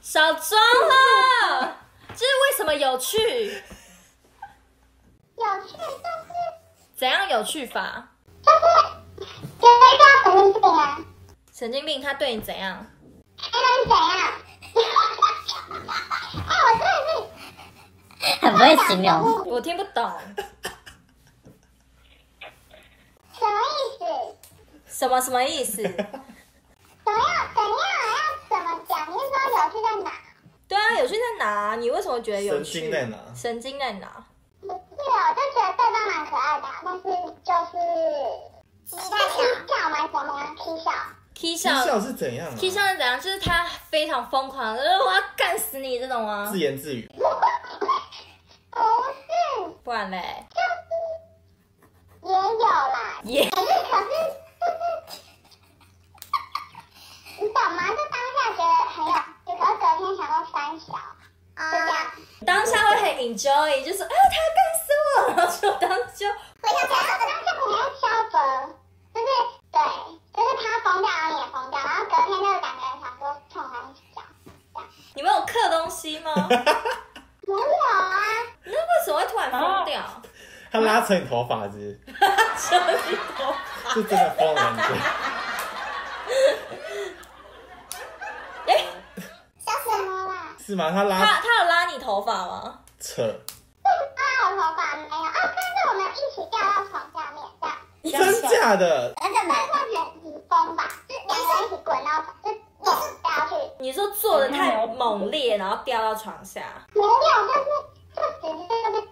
[SPEAKER 3] 少装了， 这是为什么有趣？
[SPEAKER 12] 有趣，就是
[SPEAKER 3] 怎样有趣法？
[SPEAKER 12] 就是觉得这样神经病啊，
[SPEAKER 3] 神经病，他对你怎样？
[SPEAKER 12] 还能怎样？哎，我真的是。
[SPEAKER 2] 很不会形容。
[SPEAKER 3] 我听不懂，
[SPEAKER 12] 什么意思？
[SPEAKER 3] 什么什么意 思？
[SPEAKER 12] 怎么样？怎么样？要怎么讲？你是说有趣在哪？
[SPEAKER 3] 对啊，有趣在哪？你为什么觉得有趣？
[SPEAKER 1] 神经在哪
[SPEAKER 3] 神经在哪？
[SPEAKER 12] 不是啊，我就觉得对方蛮可爱的，但是就是鸡蛋踢笑吗？怎么样？踢笑？
[SPEAKER 3] k
[SPEAKER 1] 踢
[SPEAKER 3] 笑
[SPEAKER 1] 笑是怎样啊？
[SPEAKER 3] ，K 笑是怎样？就是他非常疯狂，呃，我要干死你这种吗
[SPEAKER 1] 自？言自语，
[SPEAKER 12] 不是
[SPEAKER 3] 不然嘞，
[SPEAKER 6] 也有啦，
[SPEAKER 3] 也、
[SPEAKER 6] 可是可是，你懂吗？就当下觉得很有趣，可是隔天想到三小，就这样。
[SPEAKER 3] 当下会很 enjoy，就是啊，他要干死我，然后就当就
[SPEAKER 6] 我想起来了，当时可能要消防，就是对，就是他疯掉，然后你也疯掉，然后隔天就两个人想说冲他一脚，
[SPEAKER 3] 你们有刻东西吗？
[SPEAKER 6] 没有啊，
[SPEAKER 3] 那为什么会突然疯掉？
[SPEAKER 1] 他拉扯你头发子，
[SPEAKER 3] 什么理由？
[SPEAKER 1] 是真的疯了，你知道
[SPEAKER 6] 笑死我啦！
[SPEAKER 1] 是吗？他拉
[SPEAKER 3] 哎他他有拉你头发吗？
[SPEAKER 1] 扯，
[SPEAKER 6] 啊，我头发没有啊，但是我们一起掉到床下面这样，
[SPEAKER 1] 真假的？
[SPEAKER 6] 那怎么算人体风吧？就两个人一起滚到就蹦掉去，
[SPEAKER 3] 你说做的太猛烈，然后掉到床下，
[SPEAKER 6] 没有，就是就直接就是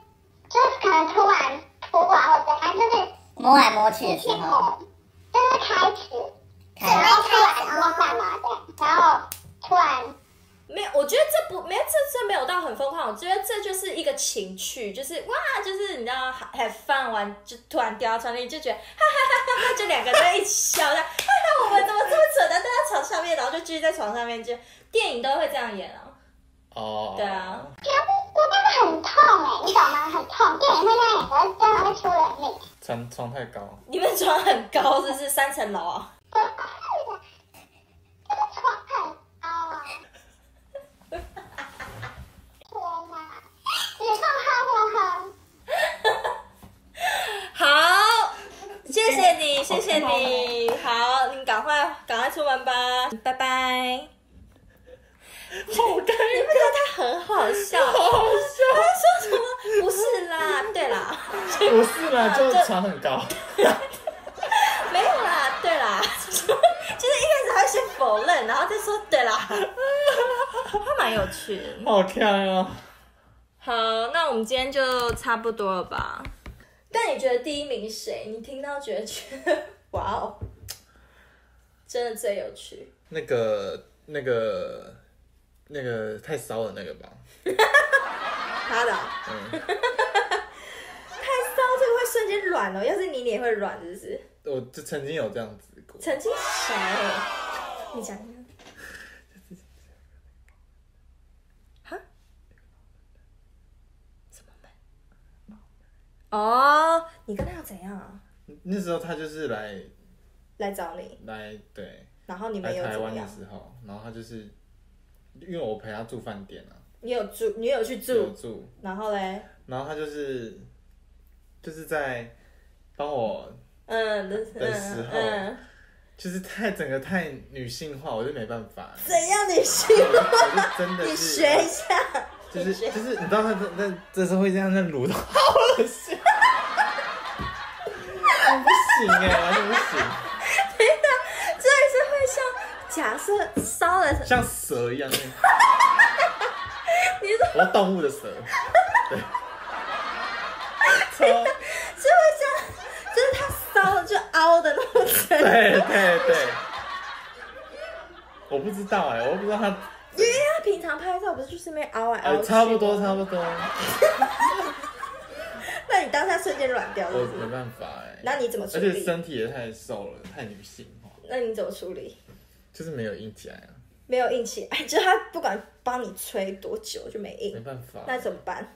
[SPEAKER 6] 就是可能突然突然或者反正就是
[SPEAKER 12] 摸来摸去的时
[SPEAKER 6] 先
[SPEAKER 12] 候，
[SPEAKER 6] 红，就是开始。
[SPEAKER 12] 开
[SPEAKER 6] 然后突然然后干嘛的，然后突然
[SPEAKER 3] 没有，我觉得这不没有，这这没有到很疯狂，我觉得这就是一个情趣，就是哇，就是你知道，还还放完就突然掉到床里，就觉得哈哈哈哈，就两个人在一起笑，这样哈哈，我们怎么这么蠢呢？掉到床上面，然后就继续在床上面，就电影都会这样演啊，
[SPEAKER 1] 哦，
[SPEAKER 3] 对啊，
[SPEAKER 6] 我那个很痛哎、你懂吗？很痛，电影会那样，可是真的会出人命。
[SPEAKER 1] 床床太高，
[SPEAKER 3] 你们床很高，是不是三层楼 啊？
[SPEAKER 6] 我这个床很高啊！天哪，你放哈哈哈！
[SPEAKER 3] 好，谢谢你，谢谢你。好，你赶快赶快出门吧，拜拜。好尴尬，你不觉得他很好笑？好好笑。他说什么？不是啦，对啦，
[SPEAKER 1] 不是啦，就
[SPEAKER 3] 这
[SPEAKER 1] 床很高，
[SPEAKER 3] 没有啦，对啦， 就是一开始他先否认，然后再说对啦，他蛮有趣的。
[SPEAKER 1] 好看哦。
[SPEAKER 3] 好，那我们今天就差不多了吧？但你觉得第一名谁？你听到觉得觉得 哇哦，真的最有趣。
[SPEAKER 1] 那个那个那个太骚了那个吧，
[SPEAKER 3] 他的、
[SPEAKER 1] 嗯，
[SPEAKER 3] 太骚，这个会瞬间软哦了。要是你，你也会软，是不是？
[SPEAKER 1] 我就曾经有这样子过，
[SPEAKER 3] 曾经谁？你讲一下。哈？什么门？哦，你跟他要怎样啊？
[SPEAKER 1] 那时候他就是来
[SPEAKER 3] 来找你，
[SPEAKER 1] 来对
[SPEAKER 3] 然后你们
[SPEAKER 1] 来
[SPEAKER 3] 有
[SPEAKER 1] 台
[SPEAKER 3] 怎么
[SPEAKER 1] 湾
[SPEAKER 3] 样
[SPEAKER 1] 的？时候，然后他就是因为我陪他住饭店啊，
[SPEAKER 3] 你有住，你有去
[SPEAKER 1] 有
[SPEAKER 3] 住，
[SPEAKER 1] 住，
[SPEAKER 3] 然后嘞，
[SPEAKER 1] 然后他就是就是在帮我，
[SPEAKER 3] 嗯，的
[SPEAKER 1] 的时候
[SPEAKER 3] 嗯，嗯
[SPEAKER 1] 就是太整个太女性化，我就没办法，
[SPEAKER 3] 怎样你学？
[SPEAKER 1] 我就我就真的
[SPEAKER 3] 你
[SPEAKER 1] 是
[SPEAKER 3] 学一下，
[SPEAKER 1] 就是
[SPEAKER 3] 学
[SPEAKER 1] 就是，你知道他这那这是会这样在卤的，好恶心，我不行哎、完全不行，
[SPEAKER 3] 真的是会像假设烧了，
[SPEAKER 1] 像蛇一样那种，
[SPEAKER 3] 你说
[SPEAKER 1] 我动物的蛇，对，超
[SPEAKER 3] 就会像，就是他烧了就凹的那种程度，
[SPEAKER 1] 对对对，我不知道哎、我不知道他，
[SPEAKER 3] 因为他平常拍照不是就是那边凹来凹
[SPEAKER 1] 呃，
[SPEAKER 3] 去，
[SPEAKER 1] 差不多。差不多，
[SPEAKER 3] 那你当下瞬间软掉是
[SPEAKER 1] 我
[SPEAKER 3] 不
[SPEAKER 1] 没
[SPEAKER 3] 是？
[SPEAKER 1] 办法哎、
[SPEAKER 3] 那你怎么处
[SPEAKER 1] 而且
[SPEAKER 3] 理？
[SPEAKER 1] 身体也太瘦了，太女性化，
[SPEAKER 3] 那你怎么处理？
[SPEAKER 1] 就是没有硬起来啊，
[SPEAKER 3] 没有硬起来，就是他不管帮你吹多久就没
[SPEAKER 1] 没
[SPEAKER 3] 硬，
[SPEAKER 1] 办法。
[SPEAKER 3] 那怎么办？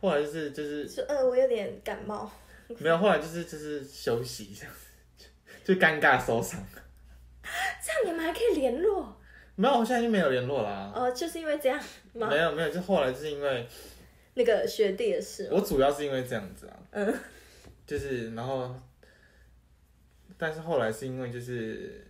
[SPEAKER 1] 后来就是就是
[SPEAKER 3] 说呃，我有点感冒，
[SPEAKER 1] 没有，后来就是就是休息一下， 就就尴尬收场。
[SPEAKER 3] 这样你们还可以联络
[SPEAKER 1] 没有，我现在就没有联络啦、
[SPEAKER 3] 哦，就是因为这样吗
[SPEAKER 1] 没？有没有，就后来就是因为
[SPEAKER 3] 那个学弟的事吗，
[SPEAKER 1] 我主要是因为这样子啊，
[SPEAKER 3] 嗯，
[SPEAKER 1] 就是然后，但是后来是因为就是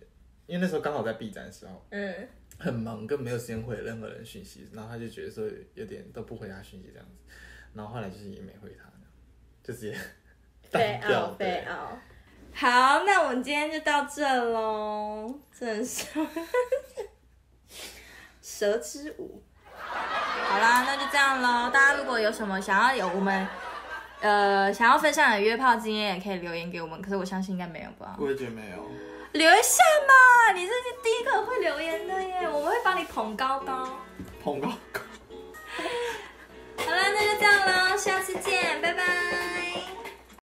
[SPEAKER 1] 因为那时候刚好在 B 站的时候
[SPEAKER 3] 嗯，
[SPEAKER 1] 很忙，根本没有时间回任何人讯息，然后他就觉得说有点都不回他讯息这样子，然后后来就是也没回他，就直接
[SPEAKER 3] 飞
[SPEAKER 1] 淡
[SPEAKER 3] 奥
[SPEAKER 1] 掉
[SPEAKER 3] 飞
[SPEAKER 1] 对。
[SPEAKER 3] 奥。好，那我们今天就到这喽，真是蛇之舞。好啦，那就这样喽。大家如果有什么想要有我们呃想要分享的约炮经验，也可以留言给我们。可是我相信应该没有吧？
[SPEAKER 1] 我也觉得没有，
[SPEAKER 3] 留一下嘛，你这是第一个会留言的耶，我们会帮你捧高高。
[SPEAKER 1] 碰到。
[SPEAKER 3] 好啦，啦，那就这样啦，下次见，拜拜。